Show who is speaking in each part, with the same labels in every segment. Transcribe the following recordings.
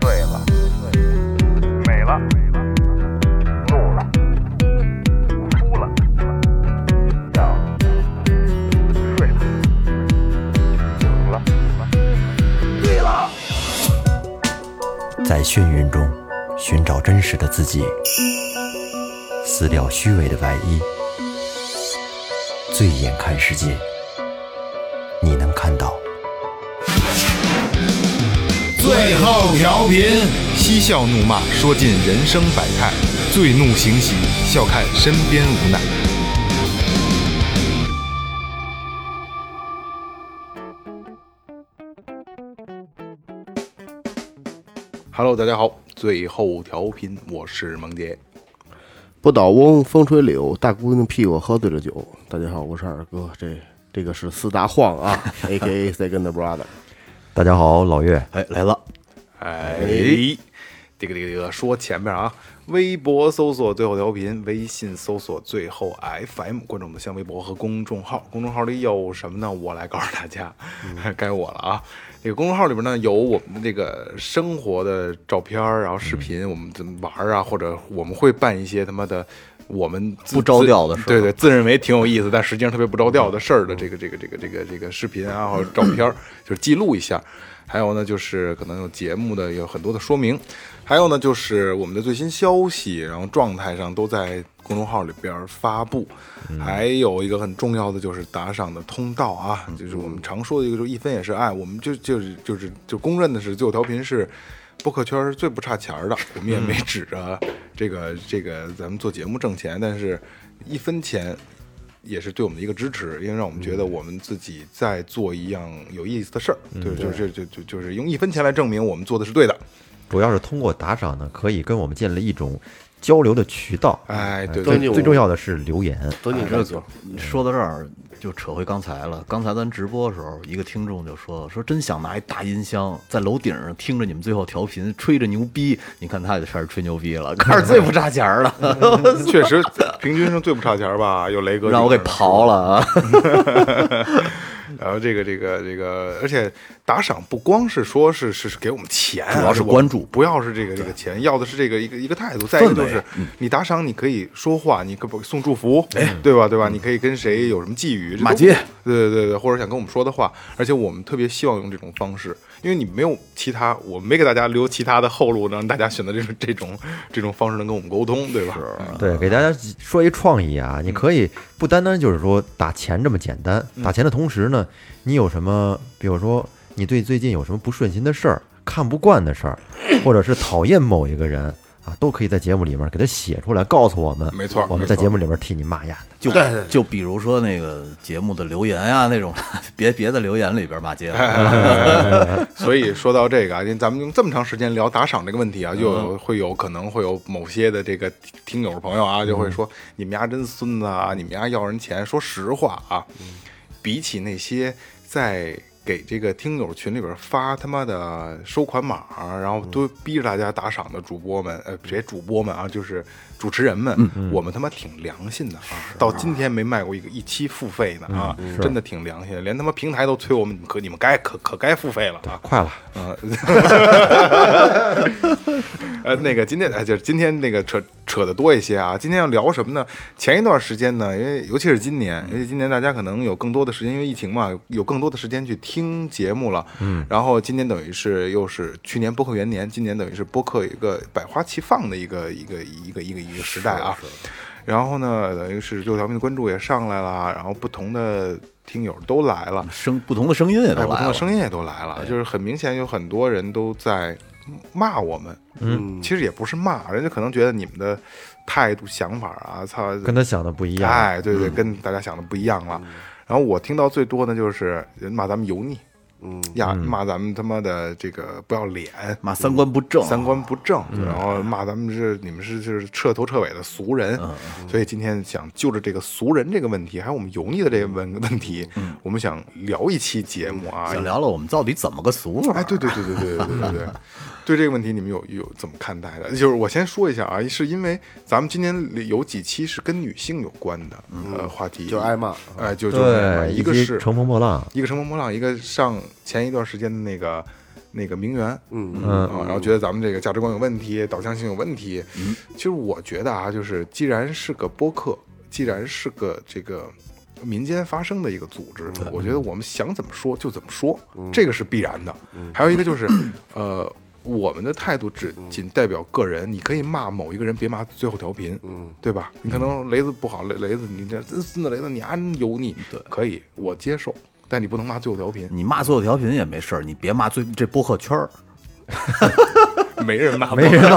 Speaker 1: 醉了，美了，怒了，哭了，笑了，睡了，醒了，醉了。
Speaker 2: 在眩晕中寻找真实的自己，撕掉虚伪的外衣，醉眼看世界，你能看到。
Speaker 3: 最后调频，
Speaker 4: 嬉笑怒骂，说尽人生百态；醉怒行喜，笑看身边无奈。Hello，大家好，最后调频，我是萌杰。
Speaker 5: 不倒翁风吹柳，大姑娘屁股喝醉了酒。大家好，我是二哥，这这个是四大晃啊 ，A K A Second Brother。
Speaker 2: 大家好，老岳，
Speaker 5: 哎，来了，
Speaker 4: 哎，这个这个这个，说前面啊，微博搜索最后调频，微信搜索最后 FM，关注我们的新浪微博和公众号。公众号里有什么呢？我来告诉大家，该我了啊。这个公众号里边呢，有我们的这个生活的照片儿，然后视频，我们怎么玩儿啊，或者我们会办一些他妈的。我们自
Speaker 2: 不着调的事儿
Speaker 4: 对对，自认为挺有意思，但实际上特别不着调的事儿的这个这个这个这个这个视频啊，或者照片儿，就是记录一下。还有呢，就是可能有节目的有很多的说明，还有呢，就是我们的最新消息，然后状态上都在公众号里边儿发布。还有一个很重要的就是打赏的通道啊，就是我们常说的一个，就是一分也是爱，我们就就是就是就公认的是最后调频是。播客圈儿最不差钱儿的，我们也没指着这个这个咱们做节目挣钱，但是一分钱也是对我们的一个支持，因为让我们觉得我们自己在做一样有意思的事儿，对，就就就就就是用一分钱来证明我们做的是对的。
Speaker 6: 主要是通过打赏呢，可以跟我们建立一种交流的渠道。
Speaker 4: 哎，对
Speaker 5: 对
Speaker 4: 对，
Speaker 5: 你
Speaker 6: 最最重要的是留言，
Speaker 5: 等你
Speaker 4: 没有错，
Speaker 7: 嗯说到这儿就扯回刚才了。刚才咱直播的时候，一个听众就说说真想拿一大音箱在楼顶上听着你们最后调频，吹着牛逼。你看他也开始吹牛逼了，开始最不差 钱儿了，
Speaker 4: 确实平均上最不差钱儿吧，有雷哥
Speaker 7: 让我给刨了啊！
Speaker 4: 然后这个这个这个，而且打赏不光是说是是是给我们钱啊，
Speaker 7: 主要是
Speaker 4: 我们
Speaker 7: 关注
Speaker 4: 不要是这个这个钱，要的是这个一个一个态度。再一个就是
Speaker 7: 嗯
Speaker 4: 你打赏，你可以说话，你可不送祝福，对吧？对吧？你可以跟谁有什么寄语，这都
Speaker 7: 哎嗯骂街，
Speaker 4: 对对对对，或者想跟我们说的话。而且我们特别希望用这种方式，因为你没有其他，我没给大家留其他的后路，让大家选择这种这种这种方式能跟我们沟通，对吧？嗯
Speaker 6: 对，给大家说一创意啊，你可以不单单就是说打钱这么简单，
Speaker 4: 嗯
Speaker 6: 打钱的同时呢，你有什么，比如说你对最近有什么不顺心的事儿、看不惯的事 儿，或者是讨厌某一个人啊，都可以在节目里面给他写出来，告诉我们，
Speaker 4: 没错
Speaker 6: 我们
Speaker 4: 没
Speaker 6: 在
Speaker 4: 错
Speaker 6: 节目里面替你骂呀的。
Speaker 7: 就就比如说那个节目的留言啊，那种别别的留言里边骂街
Speaker 4: 哎
Speaker 7: 了，
Speaker 4: 所以说到这个啊，因为咱们用这么长时间聊打赏这个问题啊，就有会有可能会有某些的这个听友朋友啊，就会说你们家真孙子啊，你们家要人钱。说实话啊，比起那些在给这个听友群里边发他妈的收款码，然后都逼着大家打赏的主播们，呃，别主播们啊，就是主持人们，我们他妈挺良心嗯的啊，到今天没卖过一个一期付费的啊，真的挺良心的，连他妈平台都催我们，你们可你们该可可该付费了啊。
Speaker 6: 快了，
Speaker 4: 啊，呃，那个今天哎，就是今天那个扯扯的多一些啊。今天要聊什么呢？前一段时间呢，因为尤其是今年，因为今年大家可能有更多的时间，因为疫情嘛，有有更多的时间去听节目了。嗯，然后今年等于是又是去年播客元年，今年等于是播客一个百花齐放的一个一个一个一个一个时代啊。然后呢，等于是六条命的关注也上来了，然后不同的听友都来了，
Speaker 7: 声不同的声音也都
Speaker 4: 哎，不
Speaker 7: 来
Speaker 4: 同
Speaker 7: 了
Speaker 4: 的。声音也都来了，就是很明显有很多人都在骂我们。嗯，其实也不是骂，人家可能觉得你们的态度、想法啊，操，
Speaker 6: 跟他想的不一样。
Speaker 4: 哎，对
Speaker 7: 嗯
Speaker 4: 对，跟大家想的不一样了。然后我听到最多的就是人骂咱们油腻，嗯呀，骂咱们他妈的这个不要脸，
Speaker 7: 骂三观不正，啊
Speaker 4: 三观不正，
Speaker 6: 嗯
Speaker 4: 然后骂咱们是你们是就是彻头彻尾的俗人，
Speaker 6: 嗯
Speaker 7: 嗯
Speaker 4: 所以今天想就着这个俗人这个问题，还有我们油腻的这个问问题，我们想聊一期节目啊，
Speaker 7: 想嗯聊聊我们到底怎么个俗法？
Speaker 4: 哎，对对对对对对对对对，对这个问题你们有有怎么看待的？就是我先说一下啊，是因为咱们今天有几期是跟女性有关的呃话题，
Speaker 5: 就挨骂，
Speaker 4: 哎就就
Speaker 6: 对，
Speaker 4: 一个
Speaker 6: 以及
Speaker 4: 是
Speaker 6: 乘风破浪，
Speaker 4: 一个乘风破浪，一个上前一段时间的那个那个名媛，嗯嗯啊，然后觉得咱们这个价值观有问题，导向性有问题。其实我觉得啊，就是既然是个播客，既然是个这个民间发生的一个组织，我觉得我们想怎么说就怎么说，这个是必然的。还有一个就是，呃。我们的态度只仅代表个人，你可以骂某一个人，别骂最后调频，嗯，对吧？你可能雷子不好，雷雷子你这孙子雷子你啊你油腻，对，可以我接受，但你不能骂最后调频，
Speaker 7: 你骂所有调频也没事儿，你别骂最这播客圈儿，
Speaker 4: 没人骂，
Speaker 6: 没人闹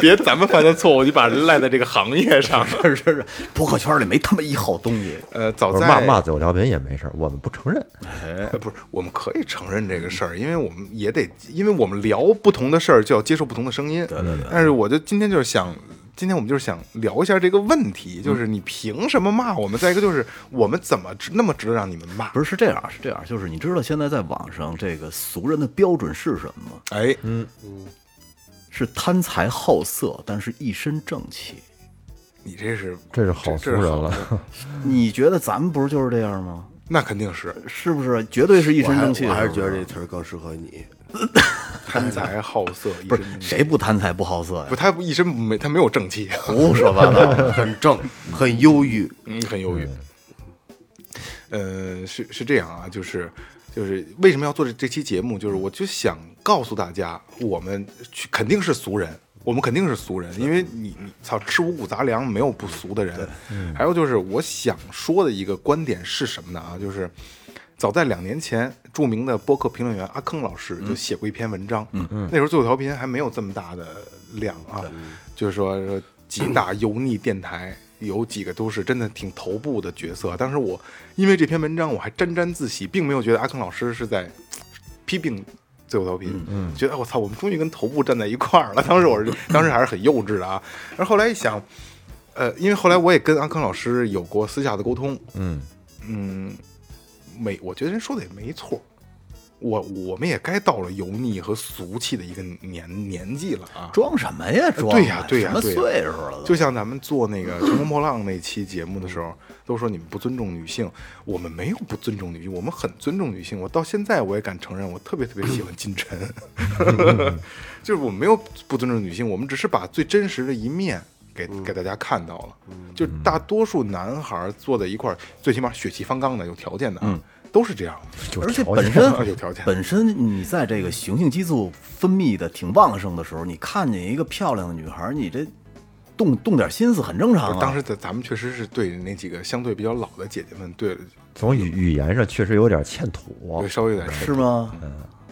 Speaker 4: 别咱们犯的错误就把人赖在这个行业上。
Speaker 7: 是是是，播客圈儿里没他妈一好东西。
Speaker 4: 呃，早
Speaker 6: 不是
Speaker 4: 在
Speaker 6: 骂骂走调频也没事儿，我们不承认。
Speaker 4: 呃不是，我们可以承认这个事儿，因为我们也得，因为我们聊不同的事儿就要接受不同的声音。对对对。但是我就今天就是想，今天我们就是想聊一下这个问题，
Speaker 6: 嗯
Speaker 4: 就是你凭什么骂我们？再一个就是我们怎么值那么值得让你们骂？
Speaker 7: 不是，是这样，是这样，就是你知道现在在网上这个俗人的标准是什么吗？
Speaker 4: 哎，
Speaker 6: 嗯
Speaker 7: 是贪财好色，但是一身正气。
Speaker 4: 你这是
Speaker 6: 这是好
Speaker 4: 这
Speaker 6: 俗人
Speaker 4: 好
Speaker 6: 了
Speaker 4: 人
Speaker 5: 嗯
Speaker 7: 你觉得咱们不是就是这样吗？
Speaker 4: 那肯定是
Speaker 7: 是不是？绝对是一
Speaker 5: 我
Speaker 7: 身
Speaker 5: 还
Speaker 7: 正气。
Speaker 5: 我还是觉
Speaker 7: 不
Speaker 5: 得这词儿更适合你。
Speaker 4: 贪财好 色，一
Speaker 7: 不是
Speaker 4: 身
Speaker 7: 谁不贪财不好色呀
Speaker 4: 不，？他一身没他没有正气，
Speaker 5: 胡说八道， 很正，很忧郁。
Speaker 4: 嗯，很犹豫。呃，是是这样啊，就是就是为什么要做这这期节目？就是我就想告诉大家，我们去肯定是俗人，我们肯定是俗人，因为你你操吃五谷杂粮，没有不俗的人。还有就是我想说的一个观点是什么呢？啊，就是。早在两年前，著名的播客评论员阿坑老师就写过一篇文章。嗯嗯，那时候最后调频还没有这么大的量啊，就是说说几大油腻电台。有几个都是真的挺头部的角色，当时我因为这篇文章我还沾沾自喜，并没有觉得阿坑老师是在批评最后调频，嗯，觉得哎我操，我们终于跟头部站在一块儿了。当时我是当时还是很幼稚的啊，然后后来一想，呃，因为后来我也跟阿坑老师有过私下的沟通，
Speaker 6: 嗯
Speaker 4: 嗯，没，我觉得人说的也没错。我我们也该到了油腻和俗气的一个年年纪了啊！
Speaker 7: 装什么呀？装
Speaker 4: 对呀对呀
Speaker 7: 什么
Speaker 4: 对呀
Speaker 7: 岁数了都？
Speaker 4: 就像咱们做那个《乘风破浪》那期节目的时候，都说你们不尊重女性，我们没有不尊重女性，我们很尊重女性。我到现在我也敢承认，我特别特别喜欢金晨， 就是我没有不尊重女性，我们只是把最真实的一面给给大家看到了。就大多数男孩坐在一块儿，最起码血气方刚的、有条件的，啊，都是这样的。
Speaker 7: 而且
Speaker 6: 条
Speaker 7: 本
Speaker 6: 件
Speaker 7: 身
Speaker 4: 有条件
Speaker 7: 本身你在这个雄性激素分泌的挺旺盛的时候，你看见一个漂亮的女孩，你这动动点心思很正常、啊。
Speaker 4: 当时咱咱们确实是对那几个相对比较老的姐姐们，对
Speaker 6: 从语语言上确实有点欠土
Speaker 4: 对，稍微有点欠
Speaker 7: 是吗？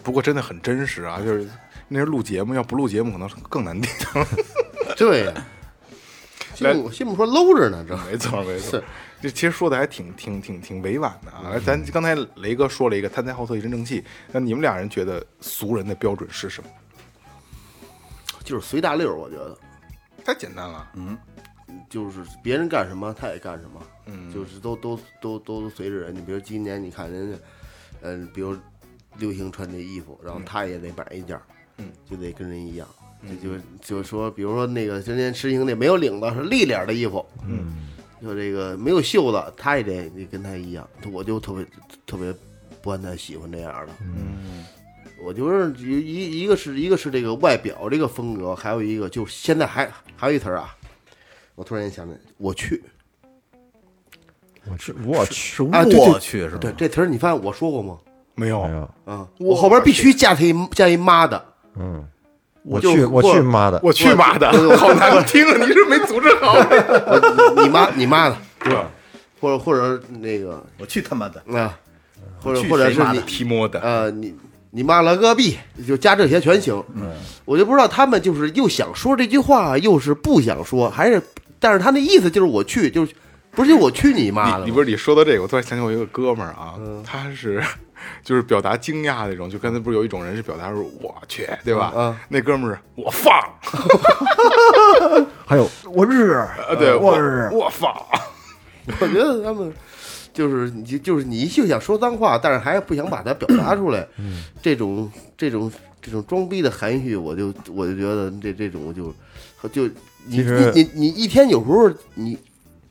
Speaker 4: 不过真的很真实啊，就是那时候录节目，要不录节目可能更难听。
Speaker 5: 对，啊信不信不说搂着呢，这
Speaker 4: 没错没错
Speaker 5: 是，
Speaker 4: 这其实说的还挺挺挺挺委婉的啊。咱刚才雷哥说了一个贪财好色一身正气，那你们俩人觉得俗人的标准是什么？
Speaker 5: 就是随大溜儿。我觉得
Speaker 4: 太简单了，
Speaker 5: 就是别人干什么他也干什么，嗯，就是都都都都随着人。你比如今年你看人家，嗯、比如流行穿这衣服，然后他也得买一件，嗯，就得跟人一样。就就就说，比如说那个今天实行那没有领子是立领的衣服，嗯，就这个没有袖子，他也得得跟他一样。我就特别特别不太喜欢这样的，嗯我就是一一个是一个是这个外表这个风格，还有一个就是现在还还有一词儿啊，我突然间想起来，我去
Speaker 6: 我去，我去，
Speaker 7: 是
Speaker 5: 啊，对对
Speaker 7: 我去是吗？
Speaker 5: 对这词儿，你发现我说过吗？
Speaker 4: 没有
Speaker 6: 哎呀，
Speaker 5: 啊，我后边必须加他一加一妈的，
Speaker 6: 我
Speaker 5: 就
Speaker 6: 去，我
Speaker 5: 过
Speaker 6: 去，妈的！
Speaker 4: 我去妈的，好 难听啊！你是没组织好，
Speaker 5: 我你你妈你妈的，对吧？或者或者那个
Speaker 7: 我去他妈的！
Speaker 5: 啊，或者
Speaker 7: 去
Speaker 5: 或者
Speaker 7: 谁
Speaker 5: 是
Speaker 7: 妈的
Speaker 5: 你
Speaker 4: 提莫的，
Speaker 5: 呃，你你妈了个逼，就加这些全行。嗯，我就不知道他们就是又想说这句话，又是不想说，还是，但是他那意思就是我去，就是不是就我去你妈的
Speaker 4: 你
Speaker 5: 吗
Speaker 4: 不是你说到这个，我突然想起我一个哥们儿啊，他是就是表达惊讶那种，就刚才不是有一种人是表达是我去，对吧？
Speaker 5: 嗯
Speaker 4: 那哥们儿是我放，
Speaker 6: 还有
Speaker 7: 我日！
Speaker 4: 啊，对我
Speaker 7: 日
Speaker 4: 我放，
Speaker 5: 我觉得他们就是你就就是你就想说脏话，但是还不想把它表达出来，
Speaker 6: 嗯
Speaker 5: 这种这种这种装逼的含蓄，我就我就觉得这这种就就你
Speaker 6: 其实
Speaker 5: 你你你一天有时候你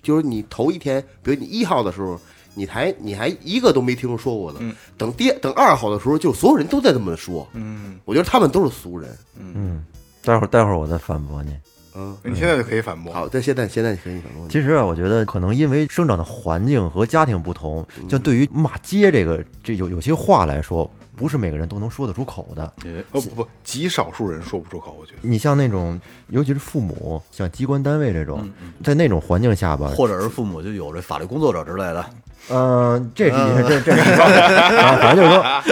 Speaker 5: 就是你头一天，比如你一号的时候，你还你还一个都没听说过的。等第等二好的时候，就所有人都在这么说。嗯，我觉得他们都是俗人。
Speaker 6: 嗯待会儿待会儿我再反驳你。
Speaker 5: 嗯，
Speaker 4: 你现在就可以反驳。
Speaker 5: 好，但现在现在可以反问你。
Speaker 6: 其实啊，我觉得可能因为生长的环境和家庭不同，就对于骂街这个这有有些话来说，不是每个人都能说得出口的。
Speaker 4: 哦不不，极少数人说不出口，我觉得。
Speaker 6: 你像那种，尤其是父母，像机关单位这种，在那种环境下吧，
Speaker 7: 或者是父母就有这法律工作者之类的，
Speaker 6: 嗯，这是一这这是一方 面，啊反正就是说，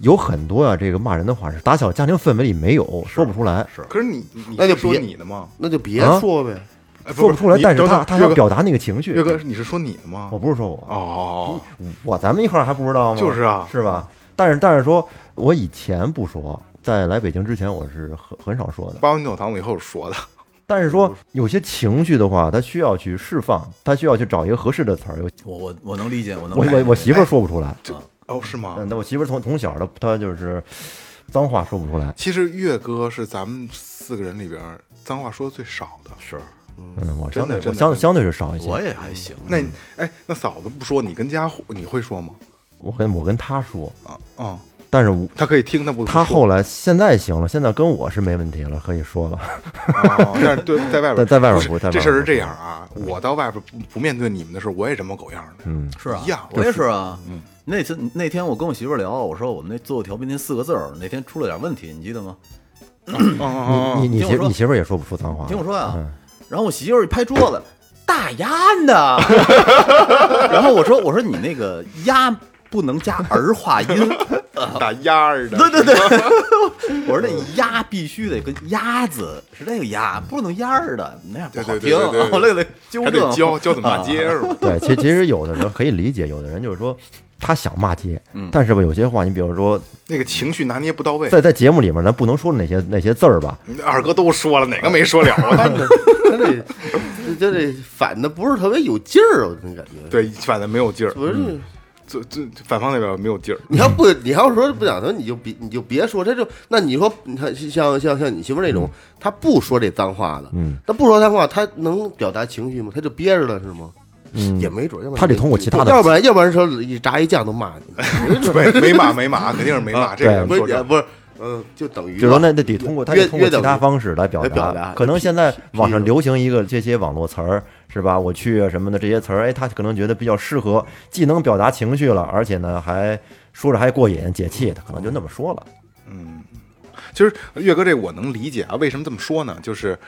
Speaker 6: 有很多啊，这个骂人的话是打小家庭氛围里没有，说不出来，是
Speaker 4: 可是你你你
Speaker 5: 那就是
Speaker 4: 说
Speaker 5: 别
Speaker 4: 你的吗？
Speaker 5: 那就别
Speaker 6: 啊
Speaker 5: 说呗。
Speaker 4: 哎
Speaker 6: 说不出来，
Speaker 4: 你
Speaker 6: 但是
Speaker 4: 等
Speaker 6: 他
Speaker 4: 等
Speaker 6: 他
Speaker 4: 岳
Speaker 6: 想
Speaker 4: 哥
Speaker 6: 表达那个情绪。
Speaker 4: 岳哥，你是说你的吗？
Speaker 6: 我不是说我，啊
Speaker 4: 哦，
Speaker 6: 我咱们一块儿还不知道吗？
Speaker 4: 就是啊
Speaker 6: 是吧？但是但是说，我以前不说，在来北京之前，我是很很少说的。
Speaker 4: 八碗牛堂我以后说的，
Speaker 6: 但是说有些情绪的话，他需要去释放，他需要去找一个合适的词儿。有
Speaker 7: 我我我能理解，我能
Speaker 6: 我
Speaker 7: 理解
Speaker 6: 我我媳妇儿说不出来，
Speaker 4: 哦是吗？
Speaker 6: 嗯，那我媳妇儿从从小她她就是脏话说不出来，
Speaker 4: 其实岳哥是咱们四个人里边儿脏话说的最少的。
Speaker 7: 是，
Speaker 6: 嗯，我
Speaker 4: 真
Speaker 6: 相
Speaker 4: 的
Speaker 6: 对
Speaker 4: 真
Speaker 6: 我
Speaker 4: 的
Speaker 6: 相相对是少一
Speaker 7: 我嗯
Speaker 6: 些。
Speaker 7: 也还行，
Speaker 4: 那
Speaker 6: 嗯
Speaker 4: 你哎，那嫂子不说，你跟家伙你会说吗？
Speaker 6: 我跟我跟她说，
Speaker 4: 啊啊，
Speaker 6: 但是我
Speaker 4: 他可以听，他不
Speaker 6: 她
Speaker 4: 不说
Speaker 6: 后来现在行了，现在跟我是没问题了，可以说了。
Speaker 4: 哦但是对在外边儿
Speaker 6: 在在外边儿
Speaker 4: 是
Speaker 6: 不在外边儿
Speaker 4: 这事儿是
Speaker 6: 不
Speaker 4: 这样啊，我到外边儿不不面对你们的时候，我也人模狗样儿的。
Speaker 6: 嗯，
Speaker 7: 是啊
Speaker 4: 一样，
Speaker 7: 我也是啊。那天那天我跟我媳妇儿聊，我说我们那最后调频那四个字儿，那天出了点问题，你记得吗？
Speaker 4: 哦哦哦
Speaker 6: 你你
Speaker 7: 听我
Speaker 6: 媳
Speaker 7: 说
Speaker 6: 你媳妇儿也说不出脏话。
Speaker 7: 听我说呀、
Speaker 6: 嗯
Speaker 7: 然后我媳妇儿一拍桌子，大鸭呢？ 然后我说我说你那个鸭不能加儿化 音，
Speaker 4: 哦， 打鸭儿的，
Speaker 7: 对对对，我说那鸭必须得跟鸭子是那个鸭，不能鸭儿的，那样不好
Speaker 4: 对对
Speaker 7: 听，
Speaker 4: 对对对
Speaker 7: 我得得纠
Speaker 4: 还
Speaker 7: 正
Speaker 4: 得。教教怎么骂街是吧？
Speaker 6: 对，其其实有的人可以理解，有的人就是说他想骂街，
Speaker 5: 嗯
Speaker 6: 但是吧，有些话你比如说
Speaker 4: 那个情绪拿捏不到位。
Speaker 6: 在在节目里面咱不能说那些那些字儿吧，
Speaker 4: 二哥都说了，哪个没说了啊？但是
Speaker 5: 真得，真得反的不是特别有劲儿，我真感觉。
Speaker 4: 对，反正没有劲儿，
Speaker 5: 不是，
Speaker 6: 嗯
Speaker 4: 这这反方那边没有劲儿。
Speaker 5: 你要不你要说不讲究，你就别你就别说，这就那你说你看像像像你媳妇儿那种，她不说这脏话的，
Speaker 6: 嗯，
Speaker 5: 她不说脏话，她能表达情绪吗？她就憋着了是吗？
Speaker 6: 嗯
Speaker 5: 也，没准，要不然
Speaker 6: 她得通过其他的
Speaker 5: 要不然要不然说一炸一酱都骂 你，没准
Speaker 4: 没没骂没骂，肯定啊是没骂。这个人
Speaker 5: 不
Speaker 4: 说
Speaker 5: 是也
Speaker 4: 这
Speaker 5: 不是，嗯，就等于
Speaker 6: 比如说那那得通过他
Speaker 5: 约
Speaker 6: 得通过
Speaker 5: 约等
Speaker 6: 其他
Speaker 5: 于
Speaker 6: 方式来表
Speaker 5: 来表达
Speaker 6: 可能现在网上流行一个这些网络词儿是吧？我去啊什么的这些词儿，哎，他可能觉得比较适合，既能表达情绪了，而且呢还说着还过瘾解气，他可能就那么说了。
Speaker 4: 其实岳哥这我能理解啊，为什么这么说呢？就是。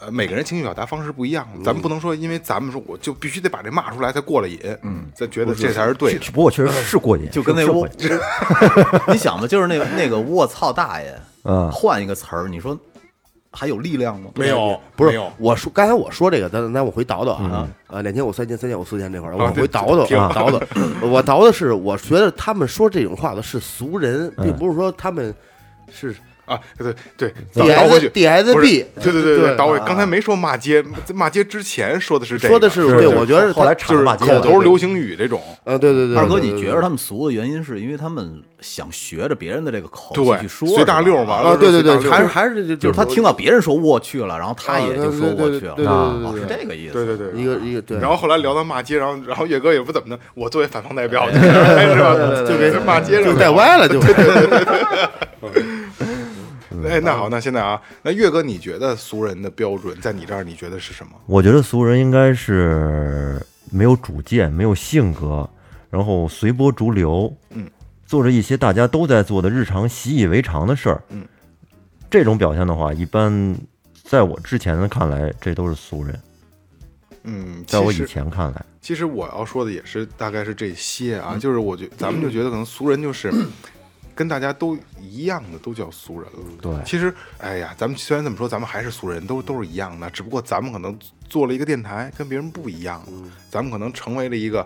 Speaker 4: 呃，每个人情绪表达方式不一样，咱们不能说，因为咱们说我就必须得把这骂出来才过了瘾，嗯，才觉得这才是对的。
Speaker 6: 不过确实是过瘾，
Speaker 7: 就跟那
Speaker 6: 是过
Speaker 7: 我
Speaker 6: 瘾，
Speaker 7: 你想吧，就是那个那个我操大爷，
Speaker 6: 嗯
Speaker 7: 换一个词儿，你说还有力量吗？
Speaker 4: 没有，啊
Speaker 5: 不
Speaker 4: 没
Speaker 5: 是
Speaker 4: 有，嗯
Speaker 5: 我说刚才我说这个，咱咱我回倒倒啊啊，两千我三千，三千我四千这会儿，我
Speaker 4: 啊对
Speaker 5: 回倒倒
Speaker 4: 听
Speaker 5: 啊倒倒，我倒的是，我觉得他们说这种话的是俗人，
Speaker 4: 嗯
Speaker 5: 并不是说他们是
Speaker 4: 啊，对对，
Speaker 5: D
Speaker 4: 倒回
Speaker 5: S
Speaker 4: 去
Speaker 5: D S
Speaker 4: 不是
Speaker 5: B，
Speaker 4: 对对对
Speaker 5: 对，
Speaker 4: 倒回。
Speaker 5: 啊
Speaker 4: 刚才没说骂街，骂街之前说的是这个，
Speaker 5: 说的是对，
Speaker 6: 是
Speaker 5: 我觉得
Speaker 6: 后来
Speaker 5: 他
Speaker 6: 查骂街
Speaker 4: 口
Speaker 6: 了
Speaker 4: 头流行语这种，
Speaker 5: 呃，对对对，
Speaker 7: 二哥，
Speaker 5: 对
Speaker 7: 你觉得他们俗的原因是因为他们想学着别人的这个口气去
Speaker 4: 对，
Speaker 7: 说，
Speaker 4: 随大溜儿
Speaker 7: 是吧
Speaker 4: 嘛，
Speaker 5: 啊？对对对，
Speaker 4: 随大溜儿
Speaker 5: 还是还是就
Speaker 7: 就是他听到别人说我去了，然后他
Speaker 4: 啊
Speaker 7: 也就说我去了，
Speaker 5: 对对对对
Speaker 7: 啊
Speaker 5: 对对
Speaker 7: 是
Speaker 5: 对
Speaker 7: 这个意思。
Speaker 4: 对对对，
Speaker 5: 一个一个对，
Speaker 4: 然后后来聊到骂街，然后然后岳哥也不怎么的，我作为反方代表，就是是吧？就给骂街上
Speaker 5: 就带。歪了就。
Speaker 4: 哎，那好，那现在啊，那岳哥，你觉得俗人的标准在你这儿，你觉得是什么？
Speaker 6: 我觉得俗人应该是没有主见、没有性格，然后随波逐流，
Speaker 4: 嗯，
Speaker 6: 做着一些大家都在做的日常习以为常的事儿，
Speaker 4: 嗯，
Speaker 6: 这种表现的话，一般在我之前看来，这都是俗人，
Speaker 4: 嗯，
Speaker 6: 在我
Speaker 4: 其
Speaker 6: 以
Speaker 4: 实
Speaker 6: 前看来，
Speaker 4: 其实我要说的也是大概是这些啊，就是我觉咱们就觉得可能俗人就是。跟大家都一样的都叫俗人了。
Speaker 6: 对
Speaker 4: 其实，哎呀，咱们虽然这么说，咱们还是俗人，都都是一样的，只不过咱们可能做了一个电台，跟别人不一样，咱们可能成为了一个，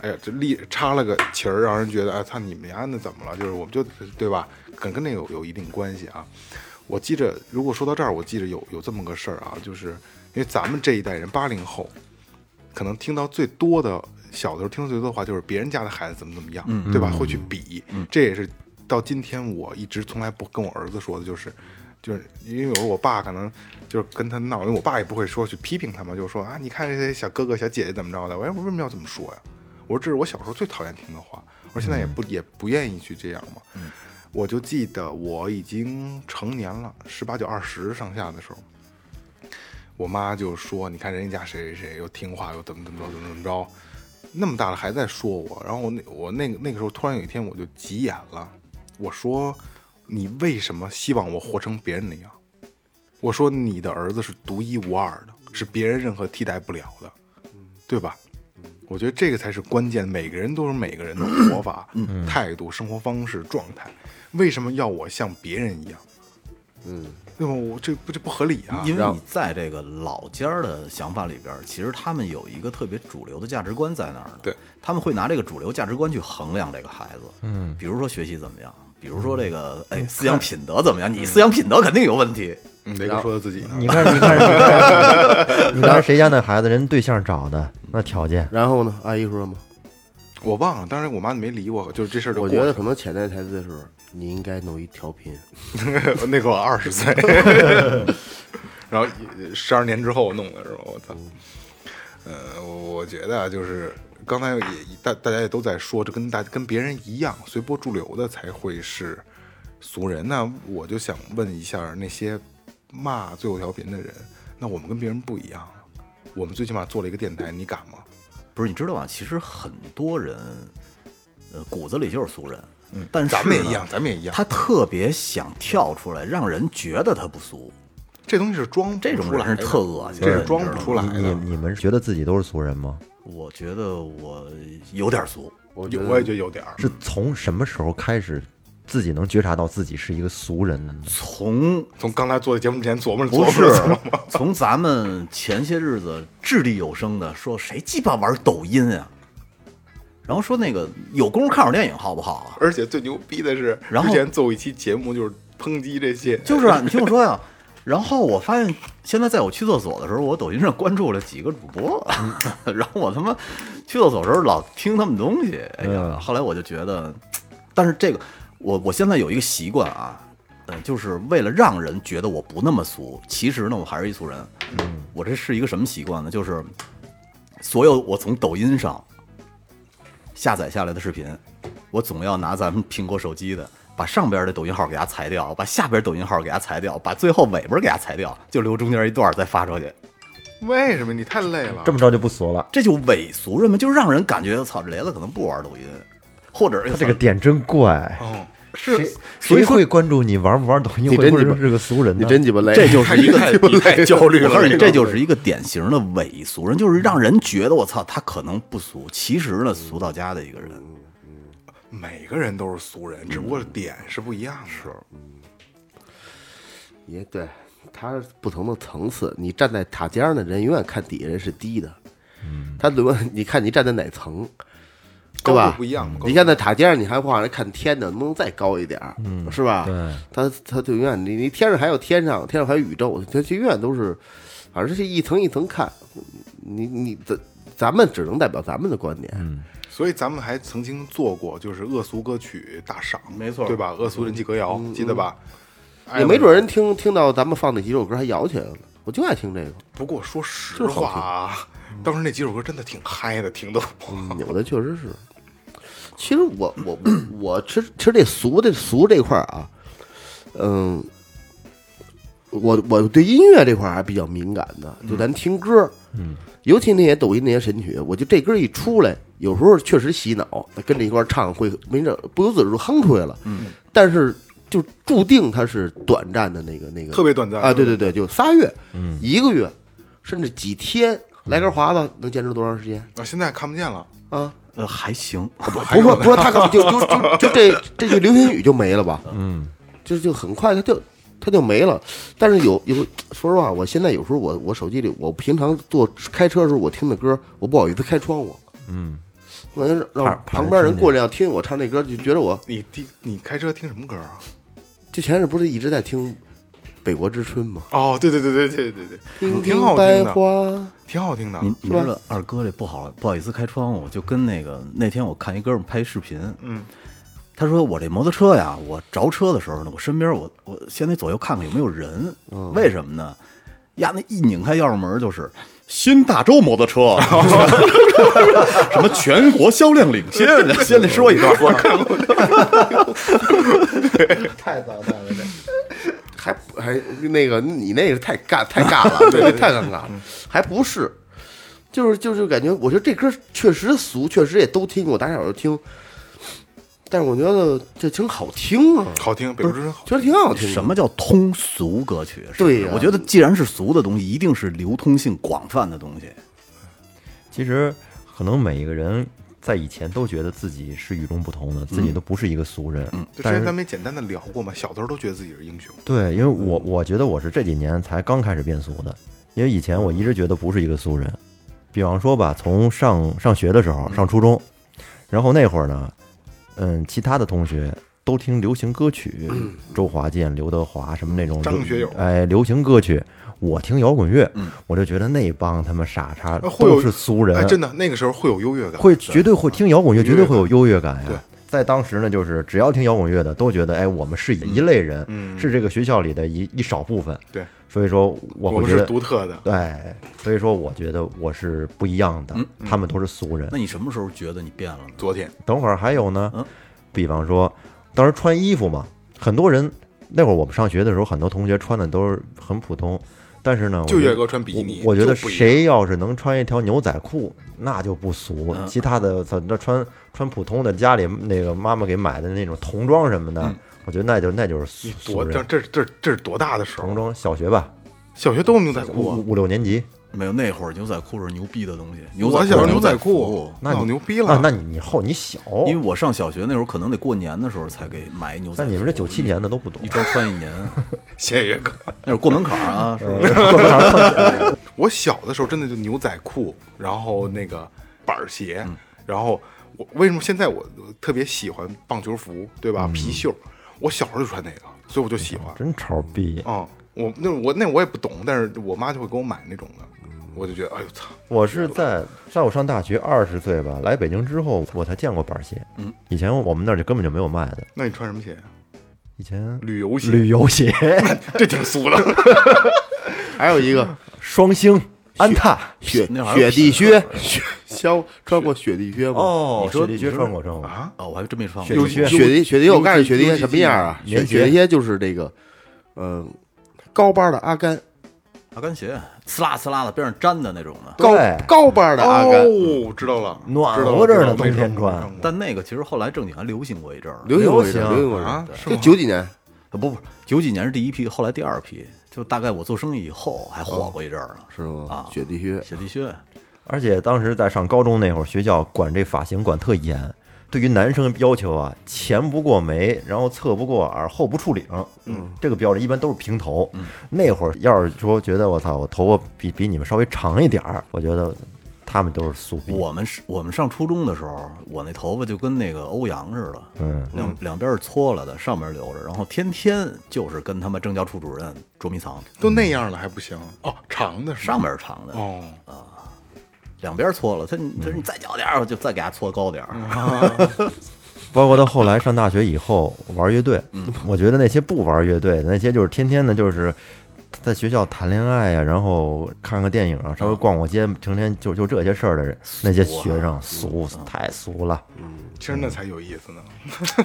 Speaker 4: 哎呀，这立插了个旗儿，让人觉得，哎，操你们家那怎么了？就是我们就对吧？跟跟那个有有一定关系啊。我记着，如果说到这儿，我记着有有这么个事儿啊，就是因为咱们这一代人，八零后，可能听到最多的，小的时候听到最多的话就是别人家的孩子怎么怎么样，对吧？会去比，嗯这也是到今天我一直从来不跟我儿子说的，就是。就是因为有时候我爸可能就是跟他闹，因为我爸也不会说去批评他嘛，就说啊，你看这些小哥哥小姐姐怎么着的，我说哎我为什么要这么说呀？我说这是我小时候最讨厌听的话，我说现在也不、也不愿意去这样嘛。嗯我就记得我已经成年了，十八九二十上下的时候，我妈就说：“你看人家家谁谁谁又听话又怎么怎么着怎么怎么着，那么大了还在说我。”然后我那我那个那个时候突然有一天我就急眼了，我说：“你为什么希望我活成别人那样？”我说：“你的儿子是独一无二的，是别人任何替代不了的，对吧？”我觉得这个才是关键，每个人都有每个人的活法、态度、生活方式、状态。为什么要我像别人一样？嗯，对吧？我这不这不合理啊！
Speaker 7: 因为你在这个老家儿的想法里边儿，其实他们有一个特别主流的价值观在那儿呢。
Speaker 4: 对，
Speaker 7: 他们会拿这个主流价值观去衡量这个孩子。嗯，比如说学习怎么样，比如说这个哎思想品德怎么样，你思想品德肯定有问题。
Speaker 4: 嗯雷哥说的自己呢，
Speaker 6: 你看，你看，你看， 你看谁家那孩子，人对象找的那条件，
Speaker 5: 然后呢，阿姨说嘛，
Speaker 4: 我忘了，当时我妈没理我，就是这事儿就
Speaker 5: 我
Speaker 4: 过
Speaker 5: 觉得
Speaker 4: 了。
Speaker 5: 可能潜在台词的时候，你应该弄一调频，
Speaker 4: 那个我二十岁，然后十二年之后我弄的是吧？我操，呃，我觉得啊，就是刚才也大大家也都在说，这跟大跟别人一样，随波逐流的才会是俗人。那我就想问一下那些骂最后调频的人，那我们跟别人不一样啊，我们最起码做了一个电台，你敢吗？
Speaker 7: 不是，你知道吗？其实很多人，呃，骨子里就是俗人。嗯，但是
Speaker 4: 咱们也
Speaker 7: 呢
Speaker 4: 一样，咱们也一样。
Speaker 7: 他特别想跳出来，让人觉得他不俗。
Speaker 4: 这东西是装不
Speaker 7: 这种
Speaker 4: 出来
Speaker 7: 人是
Speaker 4: 的
Speaker 7: 特恶心的
Speaker 4: 这是装不出来
Speaker 6: 你你
Speaker 4: 的。
Speaker 6: 你们觉得自己都是俗人吗？
Speaker 7: 我觉得我有点俗，
Speaker 4: 我我也觉得有点儿，
Speaker 6: 是从什么时候开始，自己能觉察到自己是一个俗人的呢？
Speaker 4: 嗯
Speaker 7: 从
Speaker 4: 从刚才做节目之前琢磨着琢
Speaker 7: 不
Speaker 4: 磨
Speaker 7: 是
Speaker 4: 着琢磨着，
Speaker 7: 从咱们前些日子掷地有声的说谁鸡巴玩抖音啊，然后说那个有功夫看会儿电影好不好啊？
Speaker 4: 而且最牛逼的是，
Speaker 7: 然后
Speaker 4: 之前做一期节目就是抨击这些，
Speaker 7: 就是啊，你听我说呀、然后我发现，现在在我去厕所的时候，我抖音上关注了几个主播， 然后我他妈去厕所的时候老听他们东西。哎呀，后来我就觉得，但是这个我我现在有一个习惯啊，呃，就是为了让人觉得我不那么俗，其实呢我还是一俗人。我这是一个什么习惯呢？就是所有我从抖音上下载下来的视频，我总要拿咱们苹果手机的，把上边的抖音号给它裁掉，把下边抖音号给它裁掉，把最后尾巴给它裁掉，就留中间一段再发出去，
Speaker 4: 为什么你太累了？
Speaker 6: 这么着就不俗了，
Speaker 7: 这就伪俗人嘛，就让人感觉操，这雷子可能不玩抖音，或者
Speaker 6: 他这个点真怪。
Speaker 4: 哦，
Speaker 6: 谁
Speaker 4: 是
Speaker 6: 谁会关注你玩不玩抖音？
Speaker 5: 你
Speaker 6: 会
Speaker 5: 真
Speaker 6: 不
Speaker 5: 鸡
Speaker 6: 会
Speaker 5: 巴
Speaker 6: 是个俗人
Speaker 5: 你
Speaker 6: 呢？
Speaker 5: 真鸡巴累，
Speaker 7: 这就是哎 一个哎
Speaker 4: 太太焦虑
Speaker 7: 我告诉你，
Speaker 4: 了，
Speaker 7: 这就是一个典型的伪俗人，就是让人觉得我操，他可能不俗，其实呢，俗到家的一个人。
Speaker 4: 每个人都是俗人，只不过点是不一样的。是，
Speaker 5: 也对，他不同的层次，你站在塔尖上的人，永远看底下人是低的，他轮 你看你站在哪层，对
Speaker 4: 高
Speaker 5: 吧？
Speaker 4: 度不一样嘛。高度
Speaker 5: 你看在塔尖上，你还往上看天呢，能不能再高一点儿？嗯，是吧？对，他他就永远你你天上还有天上，天上还有宇宙，他就永远都是，反正是一层一层看。你你咱咱们只能代表咱们的观点，
Speaker 4: 所以咱们还曾经做过就是恶俗歌曲大赏，
Speaker 7: 没错
Speaker 4: 对吧？恶俗人气歌谣，记得吧？哎
Speaker 5: 嗯也没准人听听到咱们放那几首歌还摇起来了。我就爱听这个，
Speaker 4: 不过说实话啊，当时那几首歌真的挺嗨的，挺逗。
Speaker 5: 有的确实是。其实我我我我吃吃这俗的俗这块儿啊，嗯，我我对音乐这块儿还比较敏感的，就咱听歌，嗯，尤其那些抖音那些神曲，我就这歌一出来，有时候确实洗脑，跟着一块儿唱会没准不由自主就哼出来了，嗯，但是就注定它是短暂的那个那个
Speaker 4: 特别短暂
Speaker 5: 啊，对对对，就仨月，嗯，一个月，甚至几天，来根华子能坚持多长时间
Speaker 4: 啊，现在看不见了，
Speaker 5: 啊？
Speaker 7: 呃，还行，
Speaker 5: 不说不说，他可 能就就就就这这句流星雨就没了吧？嗯，就就很快，他就他就没了。但是有有，说实话，我现在有时候我我手机里，我平常坐开车的时候我听的歌，我不好意思开窗户。嗯，我感觉让
Speaker 6: 怕
Speaker 5: 旁边人过来要听我唱这歌，就觉得我
Speaker 4: 你听你开车听什么歌啊？
Speaker 5: 就前阵不是一直在听《北国之春》吗？
Speaker 4: 哦，对对对对对对对，挺好
Speaker 5: 白
Speaker 4: 听的，
Speaker 5: 花，
Speaker 4: 挺好听的。
Speaker 7: 你你知道二哥这不好不好意思开窗户，就跟那个那天我看一哥们拍视频，嗯，他说我这摩托车呀，我着车的时候呢，我身边我嗯我先得左右看看有没有人，为什么呢？呀，那一拧开钥匙门就是新大洲摩托 车，什么全国销量领先， 先得说一段。
Speaker 5: 太操蛋了，这还还那个你那个太尬太尬了，对，太尴尬了，还不是，就是就是感觉，我觉得这歌确实俗，确实也都听过，打小就听，但是我觉得这挺好听啊，
Speaker 4: 好听，北京之声好听。
Speaker 5: 确实挺好听的。
Speaker 7: 什么叫通俗歌曲？是不是
Speaker 5: 对呀
Speaker 7: 我觉得既然是俗的东西，一定是流通性广泛的东西。
Speaker 6: 其实可能每一个人在以前都觉得自己是与众不同的，自己都不是一个俗人。
Speaker 4: 就之
Speaker 6: 但
Speaker 4: 前
Speaker 6: 是
Speaker 4: 咱们也简单的聊过嘛，小的时候都觉得自己是英雄，
Speaker 6: 对，因为我
Speaker 4: 嗯
Speaker 6: 我觉得我是这几年才刚开始变俗的，因为以前我一直觉得不是一个俗人。比方说吧，从上上学的时
Speaker 4: 嗯
Speaker 6: 候，上初中，然后那会儿呢，嗯，其他的同学都听流行歌曲，周华健、刘德华什么那种
Speaker 4: 嗯张学友嗯
Speaker 6: 哎，流行歌曲。我听摇滚乐，我就觉得那帮他们傻叉
Speaker 4: 呃会有
Speaker 6: 都是俗人，啊
Speaker 4: 哎，真的那个时候会有优越感，
Speaker 6: 会绝对会听摇滚乐，绝对会有优越感
Speaker 4: 对
Speaker 6: 呀。在当时呢，就是只要听摇滚乐的，都觉得哎，我们是一类人，
Speaker 4: 嗯
Speaker 6: 是这个学校里的一一少部分。
Speaker 4: 对，
Speaker 6: 所以说我
Speaker 4: 我
Speaker 6: 会觉
Speaker 4: 们是
Speaker 6: 得
Speaker 4: 独特的。
Speaker 6: 对，所以说我觉得我是不一样的，
Speaker 4: 嗯
Speaker 6: 他们都是俗人
Speaker 7: 那。你什么时候觉得你变了呢？
Speaker 4: 昨天
Speaker 6: 等会儿还有呢
Speaker 7: 嗯，
Speaker 6: 比方说当时穿衣服嘛，很多人那会儿我们上学的时候，很多同学穿的都是很普通，但是呢，我
Speaker 4: 就
Speaker 6: 觉得
Speaker 4: 岳哥穿比基尼，
Speaker 6: 我我觉得
Speaker 4: 就不一样
Speaker 6: 谁要是能穿一条牛仔裤，那就不俗。其他的，操，那穿穿普通的，家里那个妈妈给买的那种童装什么的，我觉得那就那就是俗俗
Speaker 4: 嗯多这
Speaker 6: 人。
Speaker 4: 这这这是多大的时
Speaker 6: 童
Speaker 4: 候？啊
Speaker 6: 装小学吧，
Speaker 4: 小学都有牛仔裤啊，
Speaker 6: 五五六年级，
Speaker 7: 没有，那会儿牛仔裤是牛逼的东西。牛仔
Speaker 4: 我
Speaker 7: 裤
Speaker 4: 小时候牛
Speaker 7: 牛
Speaker 4: 仔
Speaker 7: 裤
Speaker 4: 裤，，
Speaker 6: 那
Speaker 4: 老
Speaker 6: 你
Speaker 4: 牛逼
Speaker 6: 那
Speaker 4: 了。
Speaker 6: 那你你后你小，
Speaker 7: 因为我上小学那会儿可能得过年的时候才给买牛仔
Speaker 6: 那
Speaker 7: 裤。
Speaker 6: 你们这九七年的都不懂
Speaker 7: 一。周穿一 年，
Speaker 4: 谢谢岳哥。
Speaker 7: 那是过门槛儿
Speaker 6: 嗯
Speaker 7: 啊，是不是？
Speaker 4: 我小的时候真的就牛仔裤，然后那个板儿鞋，
Speaker 6: 嗯
Speaker 4: 然后我为什么现在我特别喜欢棒球服，对
Speaker 6: 嗯
Speaker 4: 吧？皮袖，我小时候就穿那个，所以我就喜欢。
Speaker 6: 真潮逼！
Speaker 4: 嗯，我那我那我也不懂，但是我妈就会给我买那种的，我就觉得哎呦操，
Speaker 6: 我是在在我上大学二十岁吧，来北京之后，我才见过板鞋。嗯，以前我们那儿就根本就没有卖的。
Speaker 4: 那你穿什么鞋啊？
Speaker 6: 以前
Speaker 4: 旅游鞋，
Speaker 6: 旅游鞋、
Speaker 4: 这挺俗的。
Speaker 5: 还有一个
Speaker 6: 双星、安踏，
Speaker 5: 雪
Speaker 7: 那玩意儿
Speaker 5: 雪地靴，雪消穿过雪地靴吗？
Speaker 6: 哦
Speaker 7: 你说
Speaker 6: 雪地靴穿过穿过
Speaker 4: 啊
Speaker 7: 啊，我还真没穿
Speaker 6: 雪地
Speaker 7: 过。
Speaker 6: 靴，
Speaker 5: 雪地雪地，我告诉你，
Speaker 4: 尤其
Speaker 5: 雪地靴什么样啊？
Speaker 6: 尤
Speaker 5: 雪
Speaker 6: 其
Speaker 5: 雪地靴就是这个，嗯，高帮的阿甘，
Speaker 7: 阿甘鞋，呲啦呲啦的，边上粘的那种的。
Speaker 5: 高
Speaker 6: 对
Speaker 5: 高帮的阿甘，
Speaker 4: 哦，知道了，
Speaker 6: 暖
Speaker 4: 知道了
Speaker 6: 和着呢
Speaker 4: 知道了
Speaker 6: 冬天
Speaker 4: 没
Speaker 6: 穿
Speaker 4: 没过
Speaker 7: 但那个其实后来正经还流行过一阵儿，
Speaker 5: 流行过一阵
Speaker 6: 流
Speaker 5: 儿，
Speaker 6: 行
Speaker 5: 流行过一阵儿
Speaker 4: 啊，是
Speaker 5: 就
Speaker 4: 吗？
Speaker 5: 九几年，
Speaker 7: 啊不不，九几年是第一批，后来第二批，就大概我做生意以后还火过一阵儿呢。
Speaker 5: 是吗
Speaker 7: 啊？
Speaker 5: 雪地靴，
Speaker 7: 雪地靴，
Speaker 6: 而且当时在上高中那会儿，学校管这发型管特严，对于男生要求啊，前不过眉，然后侧不过耳，后不触领，嗯，这个标准一般都是平头。那会儿要是说觉得我操，我头发比比你们稍微长一点儿，我觉得他们都是素逼。
Speaker 7: 我们是我们上初中的时候，我那头发就跟那个欧阳似的，
Speaker 6: 嗯，
Speaker 7: 两两边是搓了的，上面留着，然后天天就是跟他们政教处主任捉迷藏，
Speaker 4: 都那样了还不行哦，长的是吗
Speaker 7: 上面是长的，
Speaker 4: 嗯哦，
Speaker 7: 两边搓了，他他说你再脚点儿，我就再给他搓高点儿。
Speaker 6: 包括到后来上大学以后玩乐队，我觉得那些不玩乐队的，那些就是天天的就是在学校谈恋爱呀、然后看看电影啊，稍微逛逛街，成天就就这些事儿的人，那些学生俗太俗了，
Speaker 4: 其实那才有意思呢，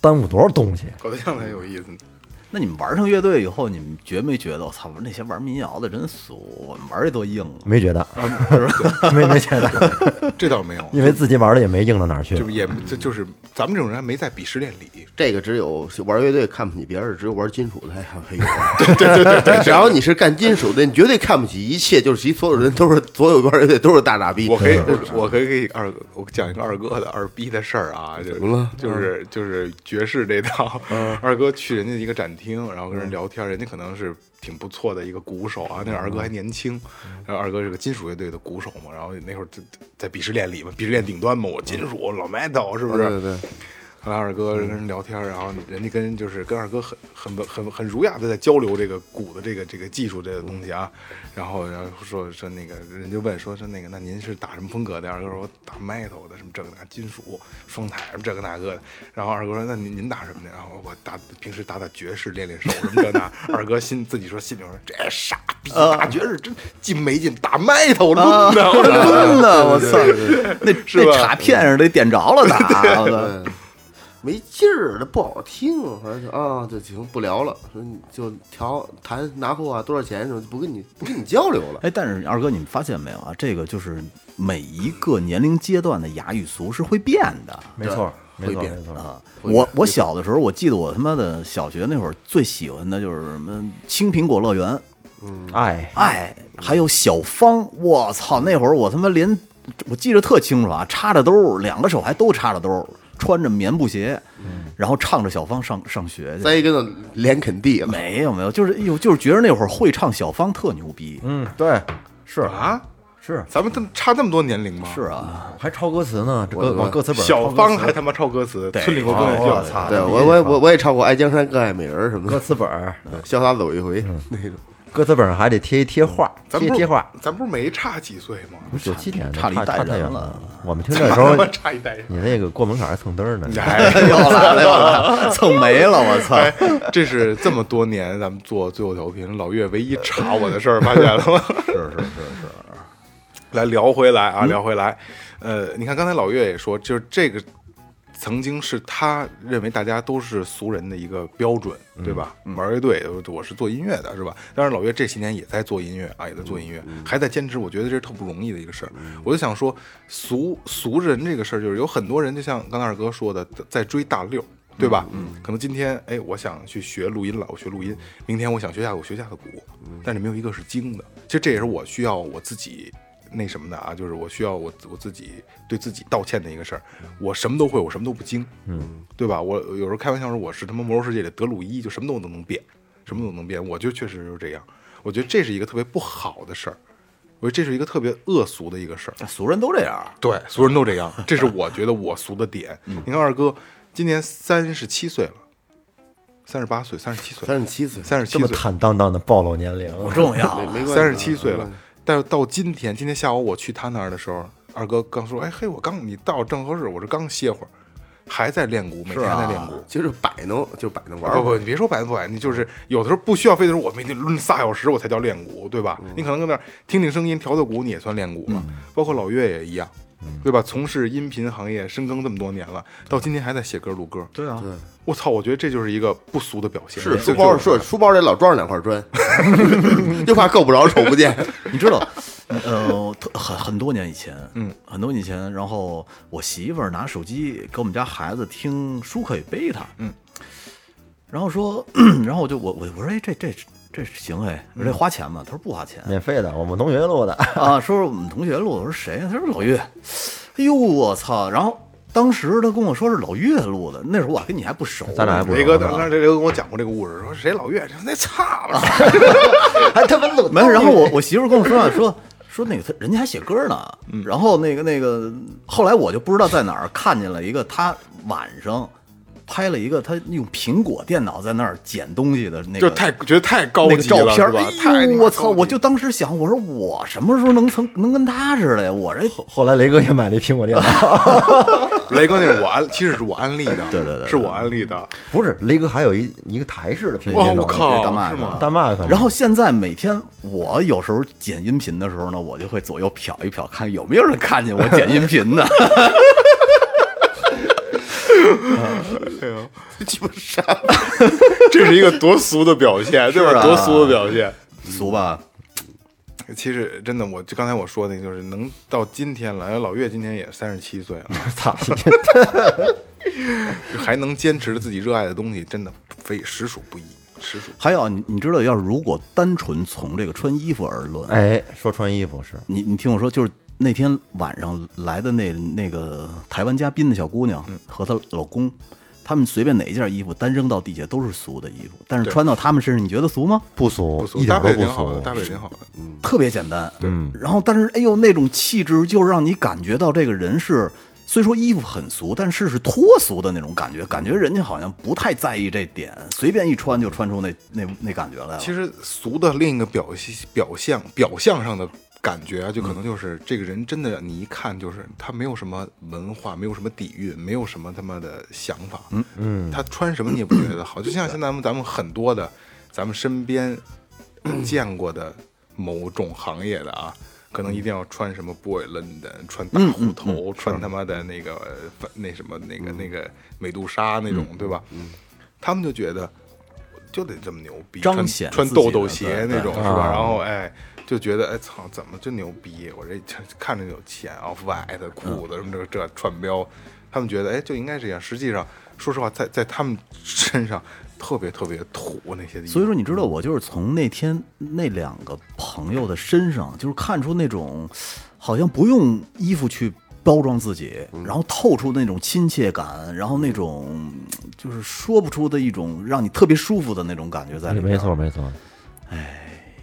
Speaker 6: 耽误多少东西。
Speaker 4: 搞对象才有意思呢。嗯
Speaker 7: 那你们玩上乐队以后，你们觉没觉得我操，那些玩民谣的真俗，我们玩的多硬啊！
Speaker 6: 没觉得，没没觉得，
Speaker 4: 这倒没有，
Speaker 6: 因为自己玩的也没硬到哪儿去
Speaker 4: 就。是也这就是咱们这种人还没在鄙视链里，
Speaker 5: 这个只有玩乐队看不起别人，只有玩金属的才 还有。对对对对，只要你是干金属的，你绝对看不起一切，就是其所有人都是所有玩乐队 都是大傻逼。
Speaker 4: 我可以，我可以给二哥，我讲一个二哥的二逼的事儿啊，就是
Speaker 5: 怎么了嗯
Speaker 4: 就是就是爵士这套。二哥去人家一个展厅，然后跟人
Speaker 5: 嗯
Speaker 4: 聊天，人家可能是挺不错的一个鼓手啊，那个二哥还
Speaker 5: 嗯
Speaker 4: 年轻，然后二哥是个金属乐队的鼓手嘛，然后那会儿在在鄙视链里嘛，鄙视链顶端嘛，我金属老 metal 是不是？
Speaker 5: 对对对。
Speaker 4: 后来二哥跟人聊天，然后人家跟就是跟二哥很很很很儒雅的在交流这个鼓的这个这个技术这个东西啊，然后然后说说那个人就问说说那个那您是打什么风格的？二哥说我打 metal 的，什么这个那金属双踩什么这个那个的。然后二哥说那您您打什么的？然后我打平时打打爵士练练手什么这那。二哥心自己说心里说这傻逼，大觉是真进没进，打麦头抡的，我说
Speaker 7: 真的，我操，那
Speaker 4: 是
Speaker 7: 那
Speaker 4: 吧
Speaker 7: 卡片上得点着 了打，我操
Speaker 5: 没劲儿，那不好听。后来就啊，这行不聊了，说你就调谈拿货啊，多少钱什么，就不跟你不跟你交流了。
Speaker 7: 哎，但是二哥，你们发现没有啊？这个就是每一个年龄阶段的雅语俗是会变的。
Speaker 6: 没错，没
Speaker 5: 会
Speaker 6: 错，
Speaker 5: 变
Speaker 6: 没错。
Speaker 7: 啊，我我小的时候，我记得我他妈的小学那会儿最喜欢的就是什么青苹果乐园，
Speaker 6: 哎，
Speaker 7: 哎，还有小芳，我操，那会儿我他妈连我记得特清楚啊，插着兜儿，两个手还都插着兜儿，穿着棉布鞋，然后唱着小芳上上学去。
Speaker 5: 栽跟头连肯地了，
Speaker 7: 没有没有，就是哎呦，就是觉得那会儿会唱小芳特牛逼。
Speaker 6: 嗯，对，是
Speaker 4: 啊，
Speaker 6: 是，
Speaker 4: 咱们这么差那么多年龄吗？
Speaker 7: 是 啊，
Speaker 6: 还抄歌词呢，这歌
Speaker 5: 我
Speaker 6: 往歌词本
Speaker 4: 小
Speaker 6: 抄歌
Speaker 4: 芳
Speaker 6: 词哦
Speaker 4: 还他妈抄歌词，
Speaker 7: 对
Speaker 4: 村里头更有
Speaker 6: 我
Speaker 4: 啊劲。
Speaker 6: 操，
Speaker 5: 对
Speaker 6: 这必
Speaker 5: 我
Speaker 6: 须
Speaker 5: 我
Speaker 6: 抄
Speaker 5: 我我也唱过《爱江山更爱美人》什么
Speaker 6: 歌
Speaker 5: 的，啊
Speaker 6: 词本儿，
Speaker 4: 嗯
Speaker 5: 潇洒走一回那种。
Speaker 6: 歌词本上还得贴一贴画，
Speaker 4: 咱
Speaker 6: 贴一
Speaker 4: 不
Speaker 6: 贴
Speaker 4: 是
Speaker 6: 画。
Speaker 4: 咱不是没差几岁吗？
Speaker 6: 不是九七年的，
Speaker 7: 差了一
Speaker 6: 差
Speaker 7: 代
Speaker 6: 差太
Speaker 7: 人
Speaker 6: 远
Speaker 7: 了
Speaker 6: 了。我们听
Speaker 4: 他
Speaker 6: 这时候
Speaker 4: 他，妈差一代 人。
Speaker 6: 你那个过门槛还蹭灯儿呢。
Speaker 4: 哎
Speaker 7: 又来了又来了，蹭没了，我操！
Speaker 4: 哎，这是这么多年咱们做最后调频，老岳唯一查我的事儿，发现了吗？
Speaker 7: 是是是是，
Speaker 4: 来聊回来
Speaker 6: 嗯
Speaker 4: 啊，聊回来。呃，你看刚才老岳也说，就是这个曾经是他认为大家都是俗人的一个标准，对吧？玩乐队，我是做音乐的，是吧？当然，老岳这些年也在做音乐啊，也在做音乐，还在坚持。我觉得这是特不容易的一个事儿。我就想说，俗俗人这个事儿，就是有很多人，就像刚才二哥说的，在追大六。对吧？嗯，可能今天哎，我想去学录音了，我学录音；明天我想学架，我学架子鼓，但是没有一个是精的。其实这也是我需要我自己那什么的啊，就是我需要我我自己对自己道歉的一个事儿。我什么都会，我什么都不精，嗯，对吧？我有时候开玩笑说我是他妈魔兽世界里德鲁伊，就什么都能变，什么都能变。我就确实就是这样，我觉得这是一个特别不好的事儿，我觉得这是一个特别恶俗的一个事儿。
Speaker 7: 俗人都这样。
Speaker 4: 对，所有人都这样，这是我觉得我俗的点。你看二哥今年三十七岁了，三十八岁，三十七岁，
Speaker 5: 三十七岁，
Speaker 4: 三十
Speaker 6: 这
Speaker 4: 七
Speaker 6: 么
Speaker 4: 岁，
Speaker 6: 坦荡荡的暴露年龄，
Speaker 7: 重要
Speaker 5: 没没关系啊，
Speaker 4: 三十七岁了
Speaker 5: 嗯。
Speaker 4: 但是到今天，今天下午我去他那儿的时候，二哥刚说：“哎嘿，我刚你到正合适，我这刚歇会儿，还在练鼓，每天还在练鼓。
Speaker 5: 就是啊摆弄，就是摆弄玩
Speaker 4: 不
Speaker 5: 儿。
Speaker 4: 不，你别说百分不百，你就是有的时候不需要非得说我每天抡仨小时我才叫练鼓，对
Speaker 5: 嗯
Speaker 4: 吧？你可能跟那儿听听声音、调调鼓，你也算练鼓了。包括老岳也一样，对吧？从事音频行业深耕这么多年了，到今天还在写歌、录歌。
Speaker 7: 对啊，
Speaker 4: 我操，我觉得这就是一个不俗的表现。
Speaker 5: 是
Speaker 4: 就
Speaker 5: 书包，
Speaker 4: 就是
Speaker 5: 说书包得老装两块砖， 就怕够不着瞅不 见。
Speaker 7: 你知道，呃，特很很多年以前，
Speaker 4: 嗯，
Speaker 7: 很多年以前，然后我媳妇儿拿手机给我们家孩子听《舒克与贝塔》，
Speaker 4: 嗯，
Speaker 7: 然后说，然后我就我我我说，哎，这这这行哎，我说
Speaker 6: 嗯
Speaker 7: 这花钱吗？他说不花钱，
Speaker 6: 免费的，我们同学录的。
Speaker 7: 啊，说是我们同学录的，我说谁呀、他说老岳。哎呦，我操！然后当时他跟我说是老岳录的，那时候我还跟你还不熟，
Speaker 6: 咱俩还不
Speaker 4: 雷哥当时雷哥跟我讲过这个故事，说谁老岳，那操了，
Speaker 6: 还他妈录
Speaker 7: 没有。然后 我我媳妇跟我说啊说说那个他人家还写歌呢，
Speaker 6: 嗯
Speaker 7: 然后那个那个后来我就不知道在哪儿看见了一个他晚上拍了一个他用苹果电脑在那儿捡东西的那
Speaker 4: 就
Speaker 7: 个
Speaker 4: 是太觉得太高
Speaker 7: 那个
Speaker 4: 级
Speaker 7: 照
Speaker 4: 了，
Speaker 7: 片
Speaker 4: 是吧？
Speaker 7: 哎
Speaker 4: 太
Speaker 7: 呦，我操！我就
Speaker 4: 当
Speaker 7: 当时想，我说我什么时候能成能跟他似的呀？我这
Speaker 6: 后来雷哥也买了一苹果电 脑，
Speaker 4: 雷哥那是我安，其实是我安利的，
Speaker 7: 对对对对
Speaker 4: 是我安利的。
Speaker 6: 不是雷哥还有一一个台式的苹果
Speaker 4: 哇，
Speaker 6: 电
Speaker 4: 我
Speaker 6: 脑，
Speaker 4: 靠，
Speaker 7: 大麦
Speaker 4: 是吗？
Speaker 6: 大麦克。
Speaker 7: 然后现在每天我有时候剪音频的时候呢，我就会左右瞟一瞟，看有没有人看见我剪音频的。
Speaker 4: 哎
Speaker 5: 鸡巴傻，
Speaker 4: 这是一个多俗的表现， 对吧？
Speaker 7: 啊
Speaker 4: 多俗的表现。
Speaker 7: 俗吧？
Speaker 4: 其实真的，我就刚才我说那，就是能到今天了，哎老岳今年也三十七岁 了，
Speaker 6: 操，
Speaker 4: 还能坚持自己热爱的东西，真的非实属不易，实属。
Speaker 7: 还有，你你知道，要是如果单纯从这个穿衣服而论，
Speaker 6: 哎，说穿衣服是
Speaker 7: 你你听我说，就是那天晚上来的那那个台湾嘉宾的小姑娘和她老公，他们随便哪一件衣服单扔到地下都是俗的衣服，但是穿到他们身上，你觉得俗吗？
Speaker 6: 不俗
Speaker 4: 不，俗
Speaker 6: 一
Speaker 4: 搭
Speaker 6: 点都
Speaker 4: 配
Speaker 6: 不
Speaker 4: 挺好的，
Speaker 6: 俗
Speaker 4: 搭。配挺好的。
Speaker 7: 特别简单，嗯，然后但是哎呦，那种气质就让你感觉到这个人是，虽说衣服很俗，但是是脱俗的那种感觉，感觉人家好像不太在意这点，随便一穿就穿出那那那感觉来了。
Speaker 4: 其实俗的另一个表现表象表象上的感觉啊，就可能就是这个人真的你一看就是他没有什么文化，没有什么底蕴，没有什么他妈的想法，嗯嗯，他穿什么你也不觉得好，就像现在咱们咱们很多的咱们身边见过的某种行业的啊，可能一定要穿什么 boy London，穿大虎
Speaker 7: 嗯
Speaker 4: 头，穿他妈的那个呃那什么那个、那个美杜莎那
Speaker 7: 嗯
Speaker 4: 种，对吧？他们就觉得就得这么牛逼，
Speaker 7: 彰
Speaker 4: 穿
Speaker 7: 显
Speaker 4: 穿
Speaker 7: 自己
Speaker 4: 豆豆
Speaker 7: 的
Speaker 4: 鞋
Speaker 7: 对
Speaker 4: 那
Speaker 7: 对啊
Speaker 4: 种是吧？然后哎，就觉得哎操，怎么这牛逼？我这看着有钱，off white
Speaker 7: 嗯
Speaker 4: 的裤子什么这个这串标，他们觉得哎就应该这样。实际上，说实话，在在他们身上特别特别土那些衣服，
Speaker 7: 所以说，你知道我就是从那天那两个朋友的身上，就是看出那种好像不用衣服去包装自己，
Speaker 5: 嗯
Speaker 7: 然后透出那种亲切感，然后那种就是说不出的一种让你特别舒服的那种感觉在里面。
Speaker 6: 没错没错，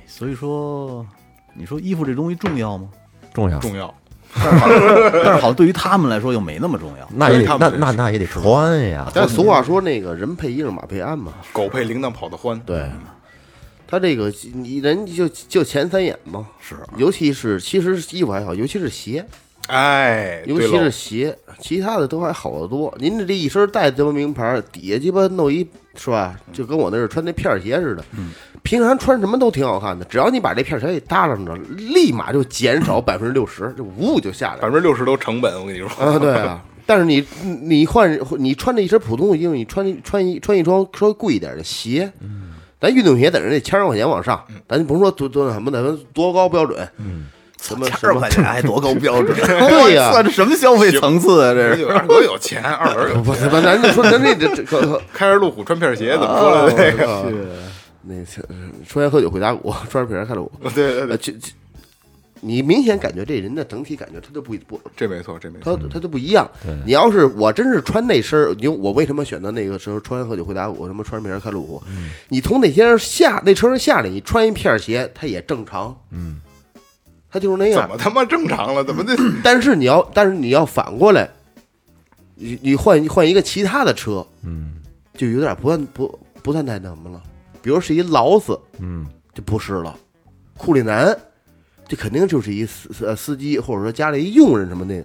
Speaker 7: 所以说，你说衣服这东西重要吗？
Speaker 6: 重要。
Speaker 4: 重要。
Speaker 7: 但是好像对于他们来说又没那么重要。
Speaker 6: 那也
Speaker 4: 所以他
Speaker 6: 得
Speaker 4: 们
Speaker 6: 那
Speaker 4: 是
Speaker 6: 那那也得穿呀，
Speaker 5: 但俗话说那个人配衣裳马配鞍嘛，
Speaker 4: 狗配铃铛跑得欢，
Speaker 5: 对，
Speaker 7: 嗯
Speaker 5: 他这个你人就就前三眼嘛，是，尤其是其实衣服还好，尤其是鞋，
Speaker 4: 哎，
Speaker 5: 尤
Speaker 4: 对
Speaker 5: 其
Speaker 4: 喽
Speaker 5: 是鞋，其他的都还好得多。您这一身带这么名牌，底下鸡巴弄一是吧？就跟我那是穿那片儿鞋似的，
Speaker 4: 嗯
Speaker 5: 平常穿什么都挺好看的，只要你把这片儿鞋给搭上着，立马就减少百分之六十，这呜就下来
Speaker 4: 百
Speaker 5: 了
Speaker 4: 分之六十都成本，我跟你说。
Speaker 7: 嗯
Speaker 5: 啊！对啊。 但是你你换你穿着一身普通的衣服，你穿一穿一穿一双稍微贵一点的鞋，咱运动鞋在人家千二块钱往上，咱就甭说多多什么的，多高标准，什么什
Speaker 7: 千
Speaker 5: 么
Speaker 7: 块钱还多高标准？
Speaker 5: 对呀
Speaker 7: 算这什么消费层次啊？这是。
Speaker 4: 二哥有钱，二轮有
Speaker 5: 不是，咱咱就说咱这这这可呃
Speaker 4: 开着路虎穿片鞋，怎么说
Speaker 7: 哦
Speaker 4: 来着？
Speaker 5: 那是抽烟喝酒回打鼓，抓着别人看着我。
Speaker 4: 对对对，
Speaker 5: 呃，这这，你明显感觉这人的整体感觉他就不不，
Speaker 4: 这没错，这没错。
Speaker 5: 他他就不一样。你要是我真是穿那身儿，你我为什么选择那个时候抽烟喝酒回打鼓，什么穿着别人看着我？你从那些人下那车上下来，你穿一片儿鞋，他也正常。嗯，他就是那
Speaker 4: 怎
Speaker 5: 样
Speaker 4: 么。他妈正常了？怎 么这？
Speaker 5: 但是你要，但是你要反过来，你你换换一个其他的车，嗯，就有点不算不不算太那什么了。比如是一劳斯，嗯，就不是了。库里南，这肯定就是一司司呃司机或者说家里一佣人什么那、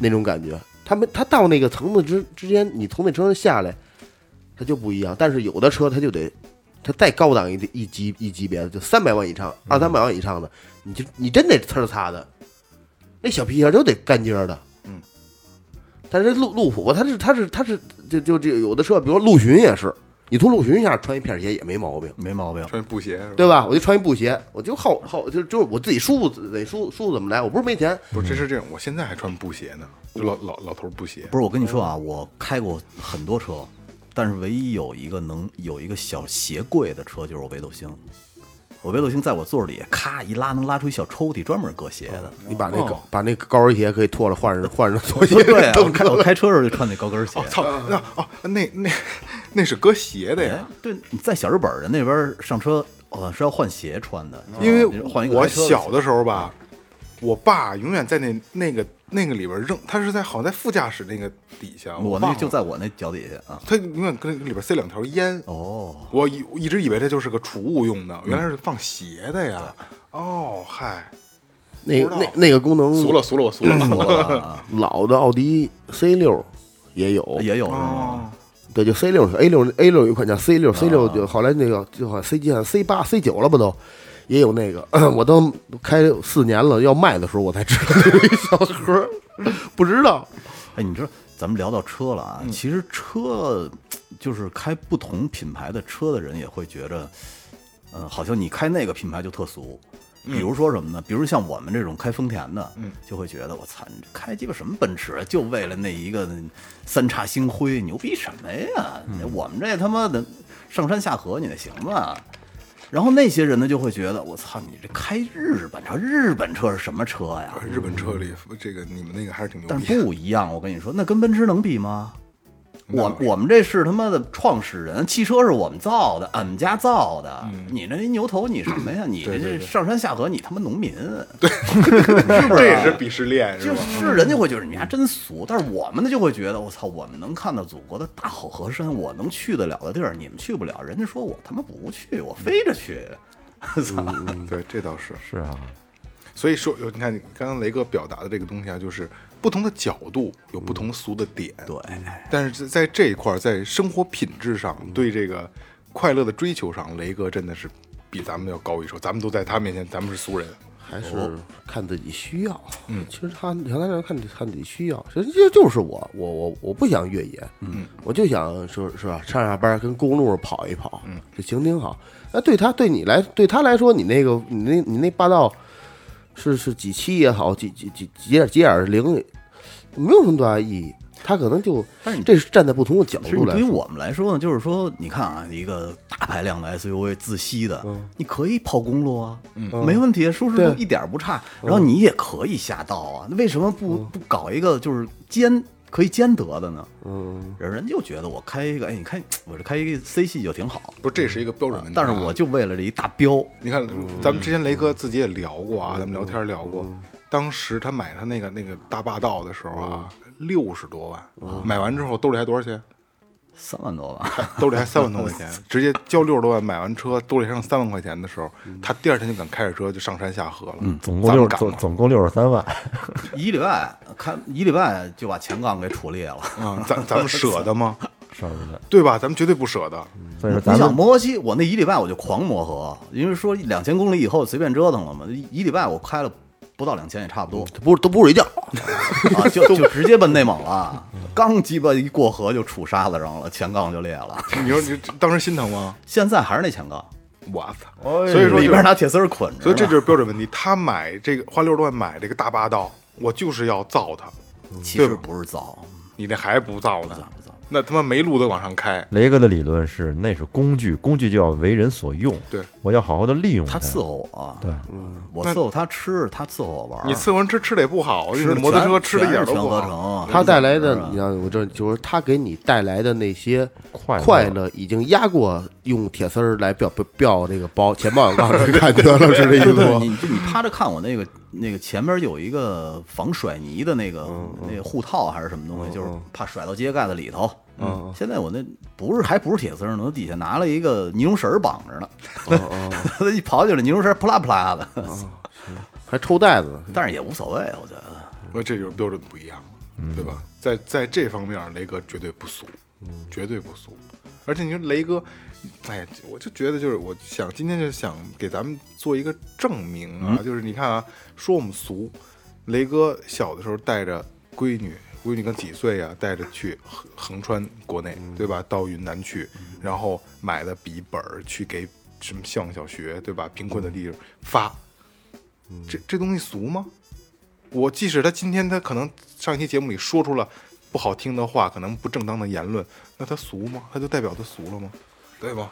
Speaker 5: 那种感觉。他们他到那个层次之之间，你从那车上下来，他就不一样。但是有的车他就得，他再高档一一级一级别的，就三百万以上、二三百万以上的，你就你真得呲儿擦的。那小皮鞋都得干尖儿的，
Speaker 4: 嗯。
Speaker 5: 但是这路路虎，它是它是它是就就这有的车，比如说陆巡也是，你从陆巡下穿一片鞋也没毛病，
Speaker 7: 没毛病，
Speaker 4: 穿布鞋是吧？
Speaker 5: 对吧？我就穿一布鞋，我就好好就就是我自己舒服得舒舒服怎么来，我不是没钱，
Speaker 4: 不是，这是这样，我现在还穿布鞋呢，就老老老头儿布鞋。
Speaker 7: 不是，我跟你说啊，我开过很多车，但是唯一有一个能有一个小鞋柜的车就是我北斗星。我北斗星在我座里咔一拉，能拉出一小抽屉，专门搁鞋
Speaker 4: 哦
Speaker 7: 的。
Speaker 5: 你把那个、把那高跟鞋可以脱了换上换上拖鞋，
Speaker 7: 嗯对、啊，我开我开车的时候就穿那高跟鞋。
Speaker 4: 操，那哦，那那那是搁鞋的
Speaker 7: 哎
Speaker 4: 呀，
Speaker 7: 对，你在小日本的那边上车，哦是要换鞋穿的，
Speaker 4: 哦因为
Speaker 7: 你哦换一个
Speaker 4: 我
Speaker 7: 开车的
Speaker 4: 小的时候吧，我爸永远在那那个那个里边扔，他是在好像在副驾驶那个底下，
Speaker 7: 我
Speaker 4: 忘
Speaker 7: 那
Speaker 4: 了
Speaker 7: 就在我那脚底下啊。
Speaker 4: 他永远跟里边塞两条烟。
Speaker 7: 哦，
Speaker 4: 我以我一直以为这就是个储物用
Speaker 7: 嗯
Speaker 4: 的，原来是放鞋的呀。哦，嗨，
Speaker 5: 那
Speaker 4: 不知道
Speaker 5: 那那个功
Speaker 7: 嗯
Speaker 4: 俗
Speaker 5: 能
Speaker 4: 了俗了我俗了。
Speaker 7: 我啊
Speaker 5: 老的奥迪 C 六也有，
Speaker 7: 哦也有是
Speaker 4: 哦
Speaker 7: 吗？
Speaker 5: 对，就 C 六、A 六、A 六有一款叫 C 六、c 六就后来那个就好像 C 几、C 八、C 九了吧都，也有那个， 我都开四年了，要卖的时候我才知道有一小盒儿，不知道。
Speaker 7: 哎，你知道咱们聊到车了啊，其实车就是开不同品牌的车的人也会觉着，呃，好像你开那个品牌就特俗。比如说什么呢？比如像我们这种开丰田的，就会觉得我操，你这开鸡巴什么奔驰啊，就为了那一个三叉星辉，牛逼什么呀？我们这他妈的上山下河，你得行吧？然后那些人呢，就会觉得我操，你这开日本车，日本车是什么车呀？
Speaker 4: 日本车里这个你们那个还是挺牛
Speaker 7: 但
Speaker 4: 逼
Speaker 7: 是
Speaker 4: 的。
Speaker 7: 不一样，我跟你说，那跟奔驰能比吗？
Speaker 4: 那
Speaker 7: 我
Speaker 4: 倒是
Speaker 7: 我们这是他妈的创始人，汽车是我们造的，俺们家造的。你那一牛头，你什么 呀？你
Speaker 4: 嗯
Speaker 7: 这
Speaker 4: 对对
Speaker 7: 这
Speaker 4: 对
Speaker 7: 上山下河，你他妈农民。
Speaker 4: 这也是鄙视链是
Speaker 7: 就
Speaker 4: 吧？
Speaker 7: 是人家会觉得你们家真俗，但是我们呢就会觉得我操，我们能看到祖国的大好河山，我能去得了的地儿，你们去不了。人家说我他妈不去，我飞着去。操、
Speaker 4: 嗯对，这倒是。
Speaker 6: 是啊，
Speaker 4: 所以说，有你看，你刚刚雷哥表达的这个东西啊，就是不同的角度有不同俗的点。
Speaker 7: 嗯对，
Speaker 4: 但是在
Speaker 7: 嗯
Speaker 4: 这一块儿，在生活品质上，对这个快乐的追求上，雷哥真的是比咱们要高一筹，咱们都在他面前，咱们是俗人。
Speaker 5: 还
Speaker 7: 哦
Speaker 5: 是看自己需要。嗯， 其实他杨大亮看看自己需要，其实这就是我，我我我不想越野，嗯，我就想说是吧，上下班跟公路上跑一跑，嗯，这行挺好。那对他对你来对他来说，你那个你那你那霸道是是几期也好，几几几几点几点零，没有什么多大意义。他可能就，
Speaker 7: 但是你
Speaker 5: 这是站在不同的角
Speaker 7: 其实
Speaker 5: 度来
Speaker 7: 对于
Speaker 5: 说，
Speaker 7: 我们来说呢，就是说，你看啊，一个大排量的 SUV 自吸的，你可以跑公路啊，没问题，舒适度
Speaker 5: 对
Speaker 7: 一点儿不差。然后你也可以下道啊，那为什么不不搞一个就是兼可以兼得的呢？
Speaker 5: 嗯，
Speaker 7: 人人就觉得我开一个，哎，你看我这开一个 C 系就挺好，啊
Speaker 4: 不是，这是一个标准问题。啊
Speaker 7: 但是我嗯就为了这一大标，
Speaker 4: 你看，咱们之前雷哥自己也聊过啊，咱们聊天聊过，
Speaker 7: 嗯
Speaker 4: 当时他买他那个那个大霸道的时候啊，
Speaker 7: 嗯
Speaker 4: 六十多万，买完之后兜里还多少钱？
Speaker 7: 三万多吧，
Speaker 4: 兜里还三万多块钱，直接交六十多万买完车，兜里还剩三万块钱的时候，
Speaker 7: 嗯
Speaker 4: 他第二天就敢开着车就上山下河了。嗯
Speaker 6: 总共六
Speaker 4: 敢
Speaker 6: 总
Speaker 4: 吗？
Speaker 6: 总共六十三万，
Speaker 7: 一礼拜看一礼拜就把前杠给杵裂了。
Speaker 4: 啊，咱咱们舍得吗？
Speaker 6: 是不是？
Speaker 4: 对吧？咱们绝对不舍得。
Speaker 6: 所以说
Speaker 7: 你
Speaker 6: 咱
Speaker 7: 想
Speaker 6: 们
Speaker 7: 磨合期，我那一礼拜我就狂磨合，因为说两千公里以后随便折腾了嘛，一一礼拜我开了不到两千也差不多
Speaker 5: 不都不睡觉，
Speaker 6: 嗯
Speaker 7: 啊，就就直接奔内蒙了。刚鸡巴一过河就杵沙子上了，前杠就裂了。
Speaker 4: 你说你当时心疼吗？
Speaker 7: 现在还是那前杠，
Speaker 4: 我操！所以说
Speaker 7: 哎里
Speaker 4: 就
Speaker 7: 边拿铁丝儿捆着呢。
Speaker 4: 所以这就是标准问题。他买这个花六十多万买这个大霸道，我就是要造他，
Speaker 7: 其
Speaker 4: 对
Speaker 7: 实
Speaker 4: 吧
Speaker 7: 不是造，
Speaker 4: 你这还不造呢？
Speaker 7: 不造
Speaker 4: 那他妈没路子往上开。
Speaker 6: 雷哥的理论是，那是工具，工具就要为人所用，
Speaker 4: 对
Speaker 6: 我要好好的利用
Speaker 7: 他
Speaker 6: 它。
Speaker 7: 伺候我，啊
Speaker 6: 对，
Speaker 7: 我伺候他吃，他伺候我玩
Speaker 4: 嗯
Speaker 7: 儿。
Speaker 4: 你伺候人吃吃的也不好，你摩托
Speaker 7: 嗯全
Speaker 4: 车吃的一点
Speaker 7: 全
Speaker 4: 都
Speaker 7: 是全
Speaker 4: 不
Speaker 7: 合
Speaker 4: 好。
Speaker 7: 成，
Speaker 5: 他带来
Speaker 7: 是吧啊
Speaker 5: 的，你看，我这就是他给你带来的那些
Speaker 6: 快乐
Speaker 5: 快乐，已经压过用铁丝儿来表表表这个包钱包广告的感觉了，是这意思
Speaker 7: 对，
Speaker 5: 吗？
Speaker 7: 你就你趴着看我那个那个前边有一个防甩泥的那个那个护套还是什么东西，就是怕甩到秸秆子里头。嗯，现在我那不是还不是铁丝呢，我底下拿了一个尼龙绳儿绑着呢。 哦一跑起来，尼龙绳儿扑啦扑啦的，
Speaker 5: 还抽袋子呢，
Speaker 7: 但是也无所谓，我觉得。
Speaker 4: 那这就是标准不一样了，对吧？在在这方面，雷哥绝对不俗，绝对不俗。而且你说雷哥，哎呀，我就觉得就是我想今天就想给咱们做一个证明啊，就是你看啊，说我们俗，雷哥小的时候带着闺女，闺女刚几岁啊，带着去横横穿国内，对吧？到云南去，然后买的笔记本儿去给什么向小学，对吧？贫困的地方发，这这东西俗吗？我即使他今天他可能上一期节目里说出了不好听的话，可能不正当的言论，那他俗吗？他就代表他俗了吗？对吧？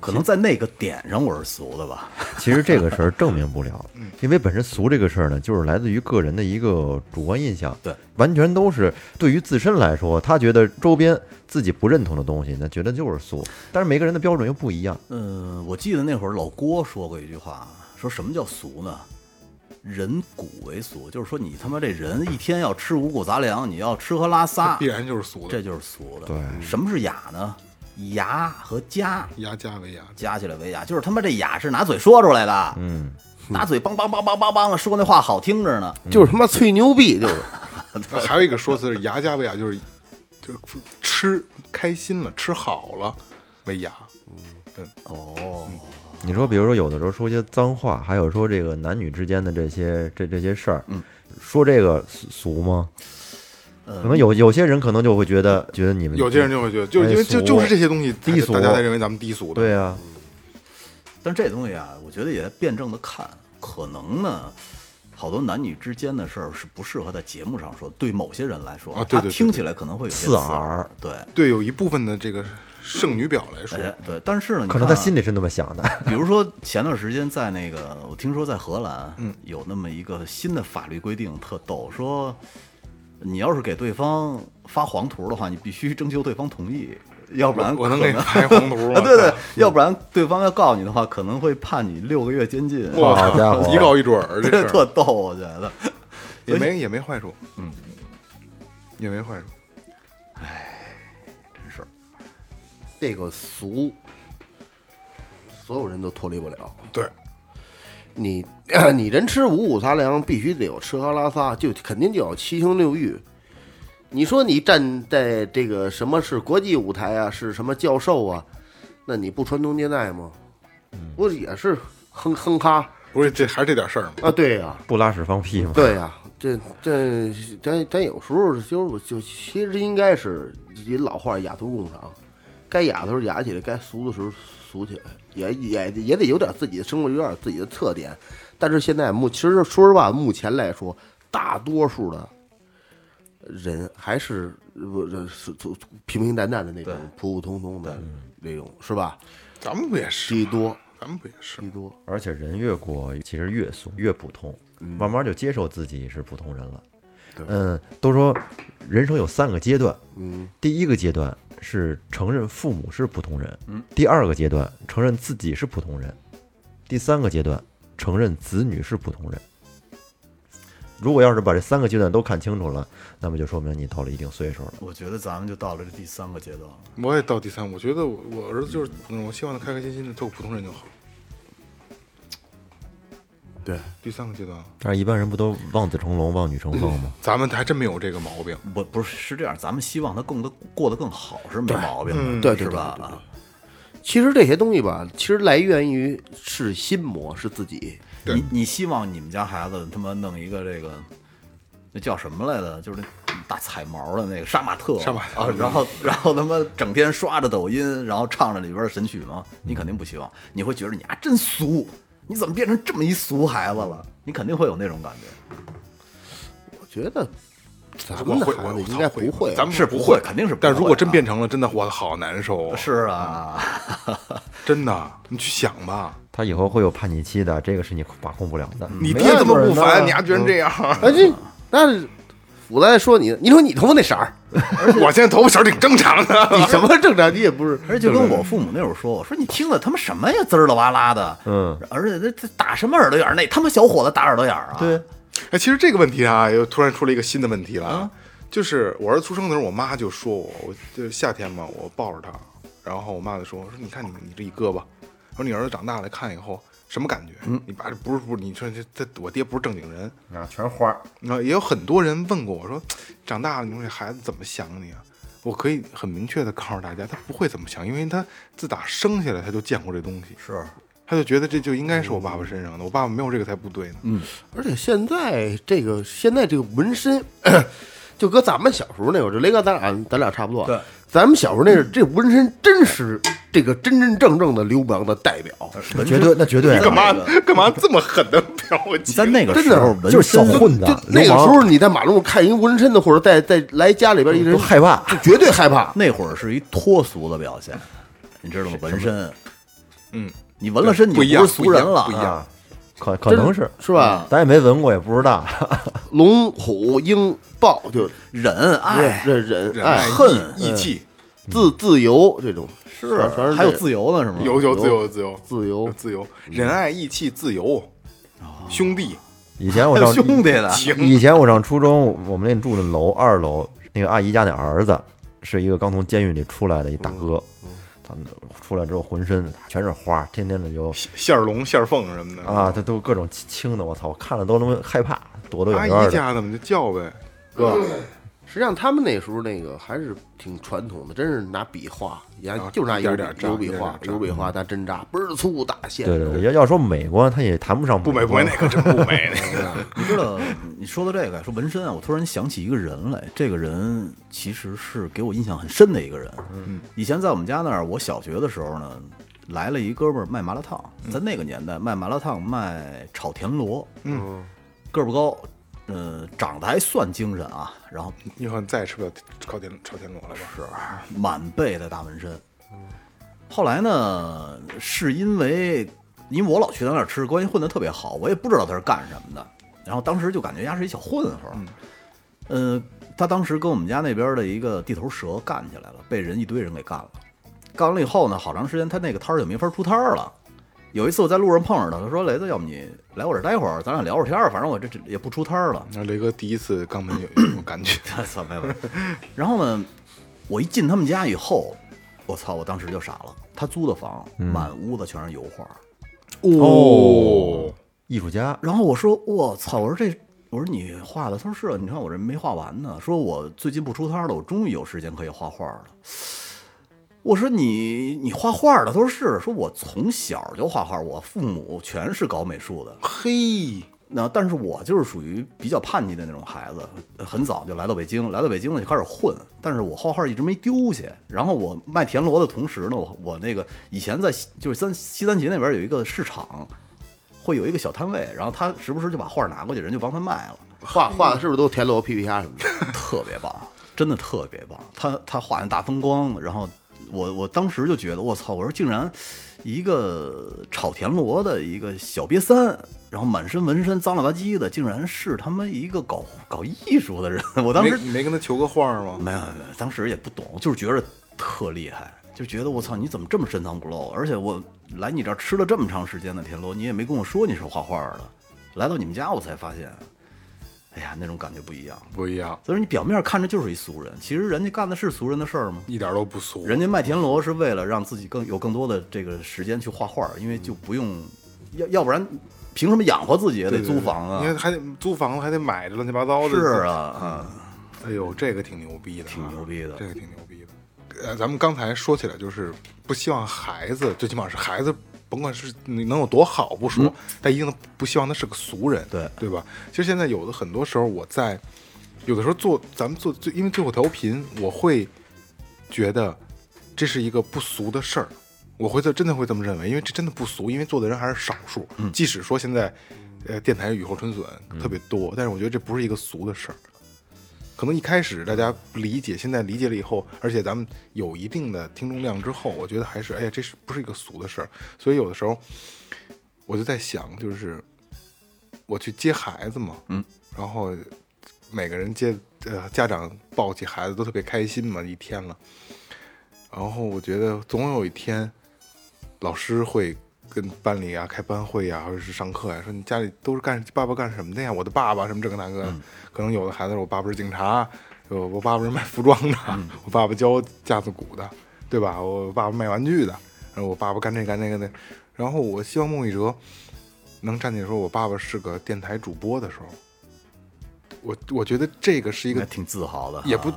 Speaker 7: 可能在那个点上我是俗的吧，
Speaker 6: 其实这个事儿证明不了，因为本身俗这个事儿呢，就是来自于个人的一个主观印象，
Speaker 7: 对，
Speaker 6: 完全都是对于自身来说，他觉得周边自己不认同的东西，那觉得就是俗，但是每个人的标准又不一样，
Speaker 7: 嗯、我记得那会儿老郭说过一句话，说什么叫俗呢？人骨为俗，就是说你他妈这人一天要吃五谷杂粮，你要吃喝拉
Speaker 6: 啊
Speaker 7: 撒，
Speaker 4: 必然就是俗的
Speaker 7: 这，就是俗的。对，什么是雅呢？牙和家
Speaker 4: 压家为压，
Speaker 7: 加起来为雅，就是他妈这雅是拿嘴说出来的，
Speaker 6: 嗯，
Speaker 7: 拿嘴梆梆梆梆梆梆说那话好听着呢，
Speaker 5: 就是他妈吹牛逼，就是
Speaker 4: 那还有一个说辞是牙家为牙，就是就是吃开心了，吃好了为牙。
Speaker 7: 嗯
Speaker 6: 你说，比如说有的时候说一些脏话，还有说这个男女之间的这些这这些事儿，嗯，说这个俗俗吗？可能有有些人可能就会觉得觉得你们
Speaker 4: 有些人就会觉得，就是因为就
Speaker 6: 嗯哎俗
Speaker 4: 就是这些东西，
Speaker 6: 低俗
Speaker 4: 大家才认为咱们低俗的。
Speaker 6: 对啊，
Speaker 7: 但这东西啊，我觉得也在辩证的看，可能呢，好多男女之间的事儿是不适合在节目上说。对某些人来说，
Speaker 4: 啊对对对
Speaker 7: 他听起来可能会有些
Speaker 6: 刺
Speaker 7: 耳
Speaker 6: 耳，
Speaker 7: 对，
Speaker 4: 对，有一部分的这个剩女表来说，
Speaker 7: 哎对。但是呢，
Speaker 6: 可能他
Speaker 7: 里。
Speaker 6: 心里是那么想的。
Speaker 7: 比如说前段时间在那个，我听说在荷兰，嗯，有那么一个新的法律规定，特逗，说你要是给对方发黄图的话，你必须征求对方同意，要不然
Speaker 4: 我我能给你
Speaker 7: 可
Speaker 4: 拍黄 图嗯吗？
Speaker 7: 啊，对对，要不然对方要告你的话，可能会判你六个月监禁。
Speaker 4: 我
Speaker 6: 好家伙
Speaker 4: 操，一告一准儿，这事
Speaker 7: 这
Speaker 4: 儿
Speaker 7: 特逗，我觉得。
Speaker 4: 也没也没坏处，嗯，也没坏处。
Speaker 5: 这个俗，所有人都脱离不了。
Speaker 4: 对，
Speaker 5: 你 你人吃五谷杂粮，必须得有吃喝拉撒，就肯定就有七情六欲。你说你站在这个什么是国际舞台啊，是什么教授啊？那你不传宗接代吗？嗯，不是也是哼哼哈
Speaker 4: 不是这还是这点事儿吗？
Speaker 5: 啊？对呀、
Speaker 6: 不拉屎放屁嘛。
Speaker 5: 对呀、啊这这咱咱有时候就是我就其实应该是一老话雅俗共赏，该雅的时候雅起来，该俗的时候俗起来，也也也得有点自己的生活，有点自己的特点。但是现在目其实说实话，目前来说，大多数的人还是不是是是平平淡淡的那种，普普通通的那种，是吧？
Speaker 4: 咱们不也是？
Speaker 5: 居多
Speaker 4: 咱们不也是？
Speaker 5: 居多，
Speaker 6: 而且人越过其实越怂越普通，慢慢就接受自己是普通人了。嗯，都说人生有三个阶段，
Speaker 5: 嗯，
Speaker 6: 第一个阶段是承认父母是普通人，嗯，第二个阶段承认自己是普通人，第三个阶段承认子女是普通人。如果要是把这三个阶段都看清楚了，那么就说明你到了一定岁数了。
Speaker 7: 我觉得咱们就到了这第三个阶段了。
Speaker 4: 我也到第三，我觉得我我儿子就是普通人，我希望他开开心心的做个普通人就好。
Speaker 5: 对，
Speaker 4: 第三个阶段，
Speaker 6: 但是一般人不都望子成龙、望女成凤吗？
Speaker 4: 咱们还真没有这个毛病。
Speaker 7: 不，不是是这样，咱们希望他更的过得更好是没毛病的，
Speaker 5: 对对
Speaker 7: 是
Speaker 5: 对
Speaker 7: 吧？
Speaker 5: 对对其实这些东西吧，其实来源于是心魔，是自己。
Speaker 4: 对
Speaker 7: 你你希望你们家孩子他妈弄一个这个，那叫什么来着？就是那大彩毛的那个杀马特，
Speaker 4: 杀马特
Speaker 7: 啊，然后然后他妈整天刷着抖音，然后唱着里边的神曲吗？
Speaker 6: 嗯
Speaker 7: 你肯定不希望，你会觉得你啊真俗，你怎么变成这么一俗孩子了？你肯定会有那种感觉，
Speaker 5: 我觉得咱
Speaker 4: 我
Speaker 5: 们的
Speaker 4: 会，
Speaker 5: 孩
Speaker 4: 我
Speaker 5: 子
Speaker 4: 我
Speaker 5: 应
Speaker 4: 操
Speaker 5: 该不
Speaker 4: 会
Speaker 5: 会，
Speaker 4: 咱们
Speaker 7: 是
Speaker 4: 不
Speaker 7: 不会肯定是不
Speaker 4: 但
Speaker 7: 会
Speaker 4: 如果
Speaker 7: 啊
Speaker 4: 真变成了，真的我好难
Speaker 6: 哦
Speaker 4: 受啊，
Speaker 7: 是啊，
Speaker 6: 嗯
Speaker 4: 真的。你去想吧，
Speaker 6: 他以后会有叛逆期的，这个是你把控不了的。嗯
Speaker 4: 你
Speaker 5: 没
Speaker 4: 爹这么
Speaker 5: 办法
Speaker 4: 不凡，
Speaker 5: 呢
Speaker 4: 你还居然这样？
Speaker 5: 哎这那我来说你，你说你头发那色儿，
Speaker 4: 我现在头发色儿挺正常的。
Speaker 5: 你什么正常？你也不是，
Speaker 7: 而且就跟我父母那会儿说，我说你听的他妈什么呀，滋儿啦哇啦的，
Speaker 6: 嗯，
Speaker 7: 而且这这打什么耳朵眼儿？那他妈小伙子打耳朵眼儿啊？
Speaker 6: 对，
Speaker 4: 哎，其实这个问题啊，又突然出了一个新的问题了，啊
Speaker 6: 嗯
Speaker 4: 就是我儿子出生的时候，我妈就说我，我就是夏天嘛，我抱着他，然后我妈就说，我说你看你你这一胳膊，我说你儿子长大了看以后什么感觉？你爸这不是不是，你说这这我爹不是正经人，
Speaker 6: 嗯啊，全花儿。
Speaker 4: 啊，也有很多人问过我说，长大了你说这孩子怎么想你啊？我可以很明确的告诉大家，他不会怎么想，因为他自打生下来他就见过这东西，
Speaker 7: 是
Speaker 4: 他就觉得这就应该是我爸爸身上的，我爸爸没有这个才不对呢。嗯，
Speaker 5: 而且现在这个现在这个纹身， 就搁咱们小时候那会儿，就雷哥咱俩咱俩差不多。
Speaker 7: 对，
Speaker 5: 咱们小时候那是这纹身真是这个真真正正的流氓的代表。
Speaker 7: 嗯
Speaker 6: 那绝对，那绝对啊，
Speaker 4: 干嘛干嘛这么狠的表
Speaker 7: 你
Speaker 4: 情？
Speaker 7: 在那个时候纹
Speaker 6: 就是小
Speaker 7: 身
Speaker 6: 混子
Speaker 5: 就，那个时
Speaker 6: 流氓
Speaker 5: 候你在马路上看一个纹身的，或者在在来家里边一人
Speaker 6: 都害怕
Speaker 5: 就绝对害怕。
Speaker 7: 那会儿是一脱俗的表现， 你知道吗？纹身，
Speaker 4: 嗯，
Speaker 7: 你纹了身，你
Speaker 4: 不一样
Speaker 7: 是俗人了
Speaker 4: 不一样不一样
Speaker 7: 啊。
Speaker 6: 可可能是
Speaker 5: 是吧？
Speaker 6: 咱也没闻过，也不知道。
Speaker 5: 龙、虎、鹰、豹，就
Speaker 7: 哎忍
Speaker 5: 忍
Speaker 7: 爱
Speaker 5: 忍忍
Speaker 4: 忍
Speaker 5: 爱
Speaker 4: 耐、
Speaker 7: 恨嗯
Speaker 4: 义气，
Speaker 5: 自自由这种，
Speaker 7: 是
Speaker 5: 全全是这个
Speaker 7: 还嗯有嗯自由呢，是吗？
Speaker 4: 有有自由自由
Speaker 5: 自由
Speaker 4: 自由，仁爱义气自由，
Speaker 7: 哦
Speaker 4: 兄弟
Speaker 6: 以前我上
Speaker 7: 兄弟的，
Speaker 6: 以前我上初中，我们那住的楼二楼，那个阿姨家那儿子是一个刚从监狱里出来的一大哥，
Speaker 4: 嗯
Speaker 6: 他们出来之后浑身全是花儿，天天的就
Speaker 4: 线儿龙线儿凤什么的。
Speaker 6: 啊，他都各种青的，我操，我看了都他妈害怕，躲得远
Speaker 4: 阿姨
Speaker 6: 远的。
Speaker 4: 家的嘛，就叫呗。
Speaker 7: 嗯
Speaker 5: 哥。实际上，他们那时候那个还是挺传统的，真是拿笔画，也
Speaker 4: 啊
Speaker 5: 就是拿
Speaker 4: 一
Speaker 5: 油
Speaker 4: 点
Speaker 5: 笔
Speaker 4: 点扎
Speaker 5: 油笔
Speaker 4: 一点嗯
Speaker 5: 画，
Speaker 4: 点扎
Speaker 5: 油笔画拿针扎，倍儿粗大线。
Speaker 6: 对对对，要要说美观，他也谈不上
Speaker 4: 不美不美，
Speaker 6: 观
Speaker 4: 那。可真不美，那 个
Speaker 7: 你知道，你说到这个说纹身啊，我突然想起一个人来，这个人其实是给我印象很深的一个人。嗯，以前在我们家那儿，我小学的时候呢，来了一哥们儿卖麻辣烫，
Speaker 4: 嗯
Speaker 7: 在那个年代卖麻辣烫卖炒田螺，嗯，个儿不高，呃，长得还算精神啊，然后
Speaker 4: 以后你再也吃不了朝天朝天螺了吧？是。
Speaker 7: 满背的大纹身。后来呢，是因为因为我老去他那儿吃，关系混得特别好，我也不知道他是干什么的。然后当时就感觉丫是一小混混儿，嗯、他当时跟我们家那边的一个地头蛇干起来了，被人一堆人给干了。干完了以后呢，好长时间他那个摊儿就没法出摊儿了。有一次我在路上碰上他，他说：“雷子，要不你来我这儿待会儿，咱俩聊会儿天儿，反正我这这也不出摊儿了。”
Speaker 4: 那雷哥第一次肛门有有 有感 觉，
Speaker 7: 操，没有。 然后呢，我一进他们家以后，我操，我当时就傻了。他租的房，满屋子全是油画。
Speaker 4: 哦，
Speaker 6: 艺术家
Speaker 7: 然后我说，我操，我说这，我说你画的，他说是啊，你看我这没画完呢。说我最近不出摊了，我终于有时间可以画画了。我说你你画画的，他说是，说我从小就画画，我父母全是搞美术的。
Speaker 4: 嘿，
Speaker 7: 那但是我就是属于比较叛逆的那种孩子，很早就来到北京，来到北京了就开始混，但是我画画一直没丢下。然后我卖田螺的同时呢，我我那个以前在西就是三西三旗那边有一个市场，会有一个小摊位，然后他时不时就把画拿过去，人就帮他卖了。
Speaker 5: 画画的是不是都田螺、屁屁虾什么 的？
Speaker 7: 特别棒，真的特别棒。他他画那大风光，然后我我当时就觉得我操，我说竟然一个炒田螺的一个小瘪三，然后满身纹身脏了吧唧的，竟然是他妈一个搞搞艺术的人。 我当
Speaker 4: 没
Speaker 7: 时
Speaker 4: 没跟他求个画儿吗？
Speaker 7: 没有没有，没有当时也不懂，就是觉得特厉害，就觉得我操，你怎么这么深藏不露？而且我来你这儿吃了这么长时间的田螺，你也没跟我说你是画画的，来到你们家我才发现，哎呀，那种感觉不一样。
Speaker 4: 不一样，
Speaker 7: 所以说你表面看着就是一俗人，其实人家干的是俗人的事儿吗？
Speaker 4: 一点都不俗。
Speaker 7: 人家卖田螺是为了让自己更有更多的这个时间去画画，因为就不用，要要不然凭什么养活自己也得
Speaker 4: 对
Speaker 7: 租房
Speaker 4: 因为
Speaker 7: 啊？
Speaker 4: 还得租房子，还得买这乱七八糟的。
Speaker 7: 是啊，啊，
Speaker 4: 哎呦，这个挺牛逼的啊，
Speaker 7: 挺牛逼的
Speaker 4: 这个挺牛逼的。呃，咱们刚才说起来，就是不希望孩子，最起码是孩子，甭管是你能有多好不说，但一定不希望他是个俗人，
Speaker 7: 嗯对
Speaker 4: 对吧？其实现在有的很多时候，我在有的时候做，咱们做，最因为最后调频，我会觉得这是一个不俗的事儿。我会这真的会这么认为，因为这真的不俗，因为做的人还是少数。
Speaker 7: 嗯
Speaker 4: 即使说现在，呃，电台雨后春笋特别多，但是我觉得这不是一个俗的事儿。可能一开始大家不理解，现在理解了以后，而且咱们有一定的听众量之后，我觉得还是，哎呀，这是不是一个俗的事儿？所以有的时候我就在想，就是我去接孩子嘛，嗯，然后每个人接呃家长抱起孩子都特别开心嘛，一天了。然后我觉得总有一天，老师会跟班里啊开班会呀、或者是上课呀、说你家里都是干爸爸干什么的呀？我的爸爸什么这个那个的，可能有的孩子说我爸爸是警察，有我爸爸是卖服装的，我爸爸教架子鼓的，对吧？我爸爸卖玩具的，然后我爸爸干这干那个的。然后我希望孟雨哲能站起来说，我爸爸是个电台主播的时候，我我觉得这个是一
Speaker 7: 应
Speaker 4: 个
Speaker 7: 该挺自豪的。
Speaker 4: 也不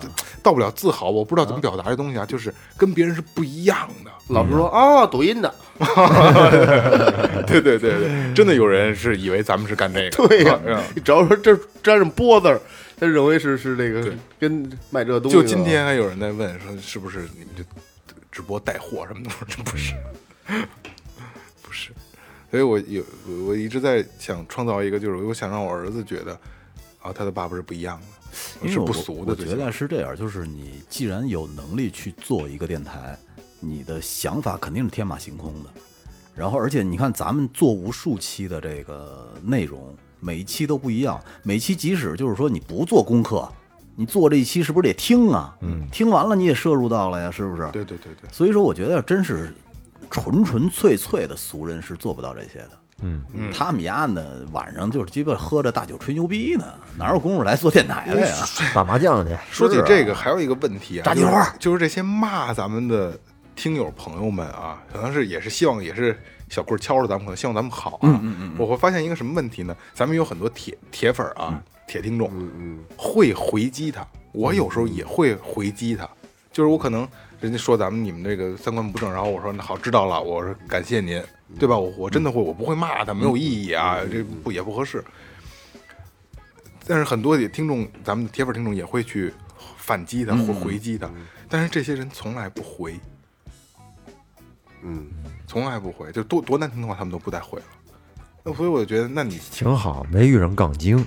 Speaker 4: 到不了自豪，我不知道怎么表达这东啊西啊，就是跟别人是不一样的。
Speaker 5: 老师说啊，抖音的，
Speaker 4: 啊对对对对，真的有人是以为咱们是干这个，
Speaker 5: 对呀
Speaker 4: 嗯
Speaker 5: 你只要说这沾上“波”字儿，他认为是是这个跟卖这东西
Speaker 4: 就
Speaker 5: 的。
Speaker 4: 今天还有人在问说是不是你们这直播带货什么的，我说真不是，不是。所以我有我我一直在想创造一个，就是我想让我儿子觉得啊，他的爸爸是不一样的，
Speaker 7: 因
Speaker 4: 是
Speaker 7: 为我
Speaker 4: 不俗的。
Speaker 7: 我
Speaker 4: 最
Speaker 7: 觉
Speaker 4: 起码
Speaker 7: 得是这样，就是你既然有能力去做一个电台，你的想法肯定是天马行空的。然后，而且你看，咱们做无数期的这个内容，每一期都不一样。每期即使就是说你不做功课，你做这一期是不是得听啊？嗯，听完了你也摄入到了呀，是不是？
Speaker 4: 对对对对，
Speaker 7: 所以说，我觉得要真是纯纯粹粹的俗人是做不到这些的。嗯，他们家呢晚上就是鸡巴喝着大酒吹牛逼呢，哪有功夫来做电台的呀？
Speaker 6: 打麻将去，
Speaker 4: 说起这个，还有一个问题啊，
Speaker 7: 炸鸡
Speaker 4: 就是
Speaker 7: 花
Speaker 4: 就是这些骂咱们的听友朋友们啊，可能是也是希望也是小棍儿敲着咱们，可能希望咱们好啊。我会发现一个什么问题呢？咱们有很多铁铁粉儿啊，铁听众，会回击他。我有时候也会回击他，就是我可能人家说咱们你们这个三观不正，然后我说那好知道了，我说感谢您，对吧？我我真的会，我不会骂他，没有意义啊，这不也不合适。但是很多也听众，咱们的铁粉听众也会去反击他或回击他，但是这些人从来不回，
Speaker 5: 嗯，
Speaker 4: 从来不回，就多多难听的话他们都不带回了。那所以我觉得，那你
Speaker 6: 挺好，没遇上杠精，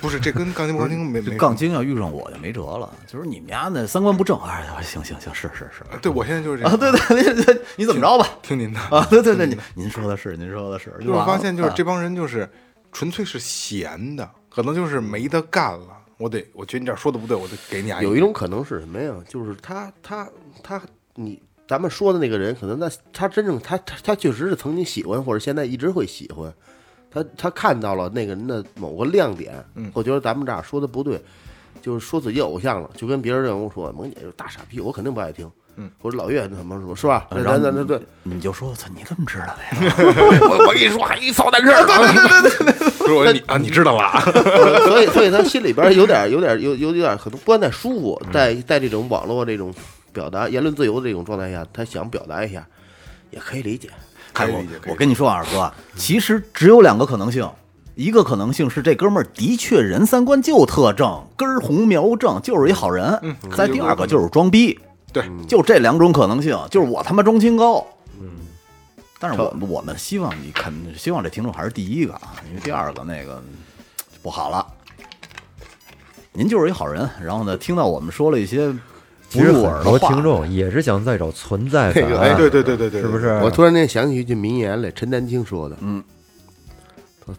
Speaker 4: 不是这跟杠精不杠精
Speaker 5: 嗯
Speaker 4: 没
Speaker 7: 这
Speaker 4: 没
Speaker 7: 杠精要遇上我就没辙了，就是你们家那三观不正，哎，行行行，是是是，
Speaker 4: 对我现在就是这
Speaker 7: 啊，
Speaker 4: 样，
Speaker 7: 对对对，你怎么着吧？
Speaker 4: 听您的。
Speaker 7: 啊，对对对，您您说的是，您说的是，就
Speaker 4: 我
Speaker 7: 完了
Speaker 4: 发 现就是
Speaker 7: 啊
Speaker 4: 这帮人就是纯粹是闲的，可能就是没得干了。我得，我觉得你这儿说的不对，我得给你啊
Speaker 5: 有一种可能是什么呀？就是他他他你咱们说的那个人，可能他他真正他他他确实是曾经喜欢，或者现在一直会喜欢。他他看到了那个人的某个亮点，
Speaker 7: 嗯
Speaker 5: 或觉得咱们这儿说的不对，就是说自己偶像了，就跟别人认为说萌姐就是大傻逼，我肯定不爱听。嗯，或者老岳什么什么，是吧？那
Speaker 7: 啊然后
Speaker 5: 咱咱咱对，
Speaker 7: 你就说，我操，你怎么知道的呀？
Speaker 5: 我我跟你说，还一操蛋事儿。对对对对
Speaker 4: 就是 我你啊，你知道了啊，
Speaker 5: 所 嗯以，所以他心里边有点、有点、有有有点可能不但在舒服，在在这种网络这种表达言论自由的这种状态下，他想表达一下，也可以理解。
Speaker 7: 哎，
Speaker 4: 可以
Speaker 7: 我
Speaker 4: 理解可以
Speaker 7: 我跟你说啊，二哥，其实只有两个可能性，一个可能性是这哥们儿的确人三观就特正，根儿红苗正，就是一好人。
Speaker 4: 嗯
Speaker 7: 再第二个就是装逼，
Speaker 4: 对，
Speaker 5: 嗯
Speaker 7: 就这两种可能性，就是我他妈中清高。嗯，但是我们我们希望你肯希望这听众还是第一个啊，因为第二个那个不好了。您就是一好人，然后呢，听到我们说了一些
Speaker 6: 其
Speaker 7: 不
Speaker 6: 实
Speaker 7: 入
Speaker 6: 很
Speaker 7: 耳的
Speaker 6: 多
Speaker 7: 话
Speaker 6: 听众也是想再找存在感，啊
Speaker 4: 哎，对对对对对，
Speaker 6: 是不
Speaker 4: 是？
Speaker 6: 是？
Speaker 5: 我突然间想起一句名言来，陈丹青说的，嗯，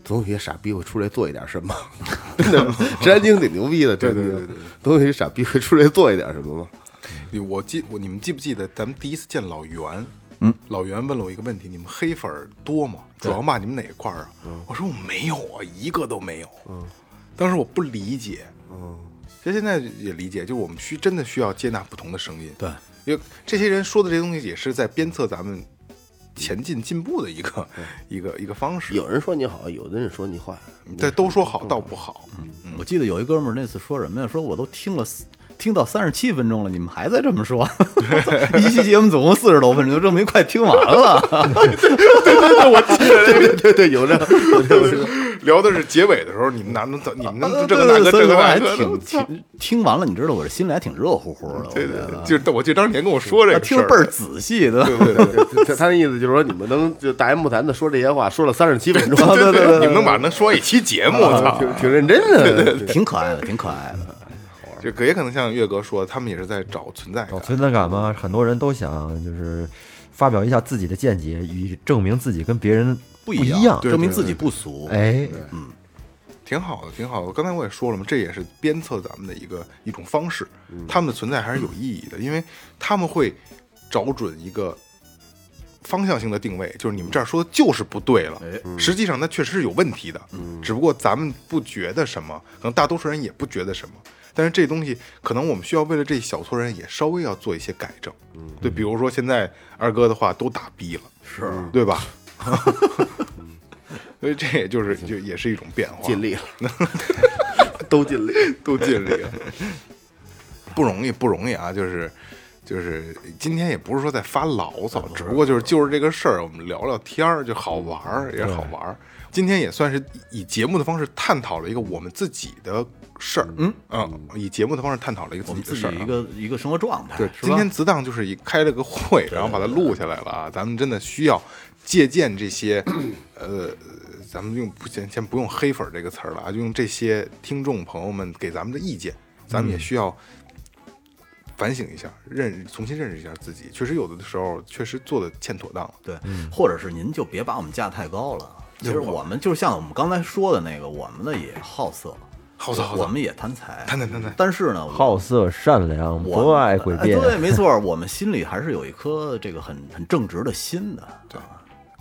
Speaker 5: 总有些傻逼会出来做一点什 么，真的，陈丹青挺牛逼的，对
Speaker 4: 对对对，
Speaker 5: 总有些傻逼会出来做一点什么吗？
Speaker 4: 你我记我你们记不记得咱们第一次见老袁？
Speaker 7: 嗯，
Speaker 4: 老袁问了我一个问题：你们黑粉儿多吗？主要骂你们哪一块儿啊？
Speaker 7: 嗯
Speaker 4: 我说我没有啊，一个都没有。嗯，当时我不理解。嗯，其实现在也理解，就我们需真的需要接纳不同的声音。
Speaker 7: 对，
Speaker 4: 因为这些人说的这些东西也是在鞭策咱们前进进步的一个一个一个方式。
Speaker 5: 有人说你好，有的人说你坏，
Speaker 4: 对，都说好倒不好。
Speaker 7: 嗯我记得有一哥们儿那次说什么呀？说我都听了四听到三十七分钟了，你们还在这 么说？一期节目总共四十多分钟，证明快听完了。
Speaker 5: 对对对，有的，
Speaker 4: 聊的是结尾的时候，你们哪能你们能 这个那个这
Speaker 7: 啊 对所以
Speaker 4: 个
Speaker 7: 我
Speaker 4: 那
Speaker 7: 还
Speaker 4: 个
Speaker 7: 挺
Speaker 4: 的？
Speaker 7: 听听完了，你知道我这心里还挺热乎乎
Speaker 4: 对
Speaker 7: 的。我觉
Speaker 4: 对
Speaker 7: 得
Speaker 4: 对，啊就是我记得当年跟我说这
Speaker 7: 他
Speaker 4: 个
Speaker 7: 啊听
Speaker 4: 事
Speaker 7: 着
Speaker 4: 儿
Speaker 7: 倍儿仔细的。
Speaker 4: 对对对。
Speaker 5: 他他的意思就是说你们能就大言不惭的说这些话，说了三十七 分钟，
Speaker 4: 啊对对对，你们啊能把能说一期节目，我操！
Speaker 5: 挺挺认真的，
Speaker 7: 挺可爱的，挺可爱的。
Speaker 4: 就可也可能像岳哥说，他们也是在找存在
Speaker 6: 找
Speaker 4: 感。
Speaker 6: 存在感嘛，很多人都想就是发表一下自己的见解，以证明自己跟别人不一样。
Speaker 4: 对
Speaker 7: 证明自己不俗。
Speaker 6: 哎，
Speaker 4: 挺好的，挺好的。刚才我也说了嘛，这也是鞭策咱们的一个一种方式。他们的存在还是有意义的，因为他们会找准一个方向性的定位，就是你们这儿说的就是不对了。实际上它确实是有问题的，只不过咱们不觉得什么，可能大多数人也不觉得什么。但是这东西，可能我们需要为了这小撮人也稍微要做一些改正。对，比如说现在二哥的话都打逼了，是对吧？ 所以这也就是就也是一种变化，
Speaker 5: 尽 力了，都尽力。
Speaker 4: 都尽力了，不容易，不容易啊！就是就是，今天也不是说在发牢骚，嗯只不过就是就是这个事儿，我们聊聊天儿，就好玩儿，也好玩儿。今天也算是以节目的方式探讨了一个我们自己的事儿，嗯嗯，以节目的方式探讨了一个自
Speaker 7: 我们
Speaker 4: 己的
Speaker 7: 自
Speaker 4: 事
Speaker 7: 己
Speaker 4: 儿、
Speaker 7: 一
Speaker 4: 啊。
Speaker 7: 个一个生活状态，
Speaker 4: 对，
Speaker 7: 是
Speaker 4: 哎今
Speaker 7: 吧
Speaker 4: 天？子档就是一开了个会，然后把它录下来了啊。咱们真的需要借鉴这些，呃，咱们用不先先不用黑粉儿这个词儿了啊，就用这些听众朋友们给咱们的意见，咱们也需要反省一下，认重新认识一下自己。确实有的时候确实做的欠妥当了，
Speaker 7: 对，或者是您就别把我们架太高了。其实我们嗯就是像我们刚才说的那个，我们呢也好色，
Speaker 4: 好的好
Speaker 7: 我
Speaker 4: 的，
Speaker 7: 们也贪财，
Speaker 4: 谈谈谈谈，
Speaker 7: 但是呢，我
Speaker 6: 好色、善良、
Speaker 7: 我
Speaker 6: 博爱、诡辩
Speaker 7: 哎，对，没错，我们心里还是有一颗这个很很正直的心的。对，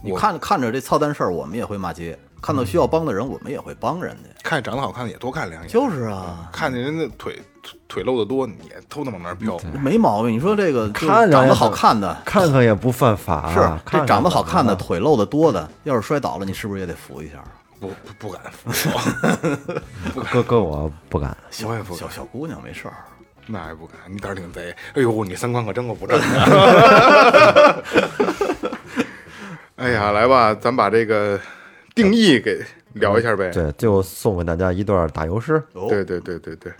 Speaker 7: 你看看着这操蛋事儿，我们也会骂街；看到需要帮的人，我们也会帮人家。
Speaker 4: 看长得好看的也多看两眼，
Speaker 7: 就是啊，
Speaker 4: 看见人家腿腿腿露的多，你也偷偷往那儿飘。
Speaker 7: 没毛病。你说这个就是
Speaker 6: 看着
Speaker 7: 长
Speaker 6: 也
Speaker 7: 得好看的，
Speaker 6: 看看也不犯
Speaker 5: 啊
Speaker 6: 法，啊
Speaker 7: 是
Speaker 6: 看
Speaker 7: 这
Speaker 6: 看
Speaker 7: 长得好
Speaker 6: 吧
Speaker 7: 看的，腿露的多的，要是摔倒了，你是不是也得扶一下？
Speaker 4: 不不不敢，
Speaker 6: 哥哥我不敢。
Speaker 7: 小
Speaker 5: 哎
Speaker 4: 我也不
Speaker 7: 小小姑娘没事儿，
Speaker 4: 那也不敢，你胆儿挺贼。哎呦，你三观可真够不正的。 哎呀，来吧，咱把这个定义给聊一下呗。
Speaker 6: 对，就送给大家一段打油诗。
Speaker 4: 对对对对对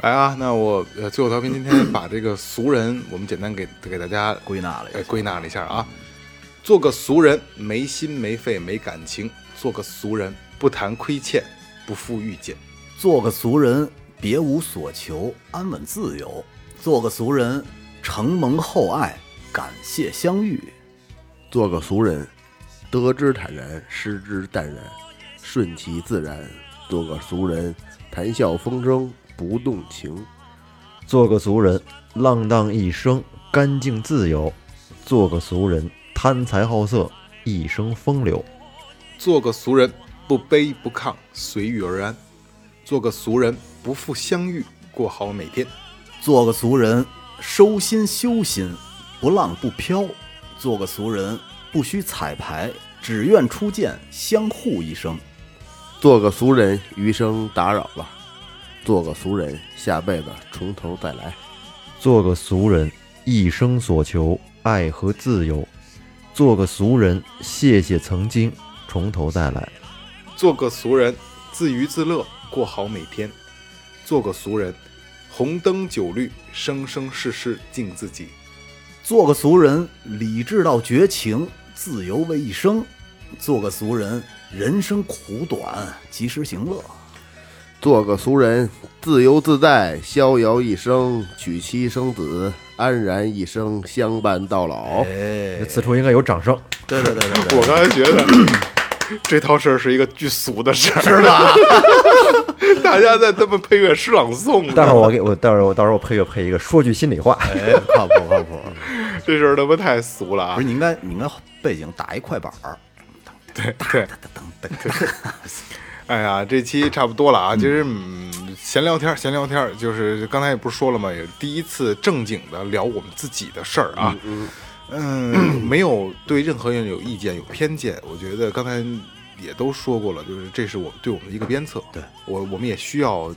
Speaker 4: 来啊，那我呃，最后调频今天把这个俗人，我们简单给给大家
Speaker 7: 归纳了一
Speaker 5: 哎
Speaker 4: 呃
Speaker 7: 下，
Speaker 4: 归纳了一下啊，做个俗人，没心没肺没感情；做个俗人，不谈亏欠，不负遇见。
Speaker 7: 做个俗人，别无所求，安稳自由；做个俗人，承蒙厚爱，感谢相遇。
Speaker 5: 做个俗人，得之坦然，失之淡然，顺其自然。做个俗人，谈笑风生，不动情。
Speaker 6: 做个俗人，浪荡一生，干净自由；做个俗人，贪财好色，一生风流。
Speaker 4: 做个俗人，不卑不亢，随遇而安；做个俗人，不负相遇，过好每天。
Speaker 7: 做个俗人，收心修心，不浪不飘；做个俗人，不需彩排，只愿初见，相护一生。
Speaker 5: 做个俗人，余生打扰了。做个俗人，下辈子从头再来。
Speaker 6: 做个俗人，一生所求爱和自由，做个俗人，谢谢曾经，从头再来。
Speaker 4: 做个俗人，自娱自乐，过好每天；做个俗人，红灯酒绿，生生世世敬自己。
Speaker 7: 做个俗人，理智到绝情，自由为一生；做个俗人，人生苦短，及时行乐。
Speaker 5: 做个俗人，自由自在，逍遥一生，娶妻生子，安然一生，相伴到老。
Speaker 7: 哎，
Speaker 6: 此处应该有掌声。
Speaker 7: 对对对对对，
Speaker 4: 我刚才觉得 这套事儿是一个巨俗的事儿，是吧？ 大家在他们配乐诗朗诵，
Speaker 6: 待会儿我给我待会儿我到时候我配乐配一个，说句心里话。
Speaker 7: 哎，靠谱靠谱。
Speaker 4: 这事儿他妈太俗了啊
Speaker 7: 不是，！你应该你应该背景打一快板儿，
Speaker 4: 对， 哎呀，这期差不多了啊，其实嗯，闲聊天儿，闲聊天儿，就是刚才也不是说了嘛，也是第一次正经的聊我们自己的事儿啊。
Speaker 7: 嗯
Speaker 4: 嗯，没有对任何人有意见、有偏见。我觉得刚才也都说过了，就是这是我们对我们的一个鞭策。
Speaker 7: 对
Speaker 4: 我，我们也需要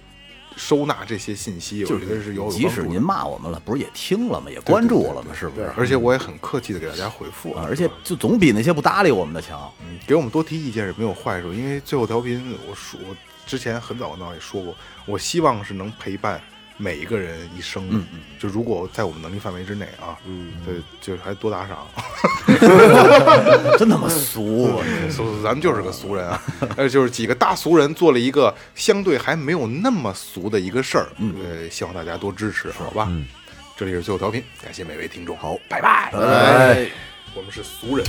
Speaker 4: 收纳这些信息，我
Speaker 7: 就
Speaker 4: 觉得是有有
Speaker 7: 即使
Speaker 4: 帮助
Speaker 7: 您
Speaker 4: 的
Speaker 7: 骂我们了，不是也听了吗？也关注我了吗？是不是？
Speaker 4: 而且我也很客气的给大家回复
Speaker 7: 啊，而且就总比那些不搭理我们的强。
Speaker 4: 给我们多提意见是没有坏处，因为最后调频，我说我之前很早很早也说过，我希望是能陪伴每一个人一生的。就如果在我们能力范围之内啊，嗯，对，就是还多打 赏，
Speaker 7: 真他妈俗！
Speaker 4: 俗咱们就是个俗人啊，呃，就是几个大俗人做了一个相对还没有那么俗的一个事儿，呃，希望大家多支持，好吧？嗯这里是最后调频，感谢每位听众，好，拜拜，
Speaker 7: 哎。
Speaker 4: 我们是俗人。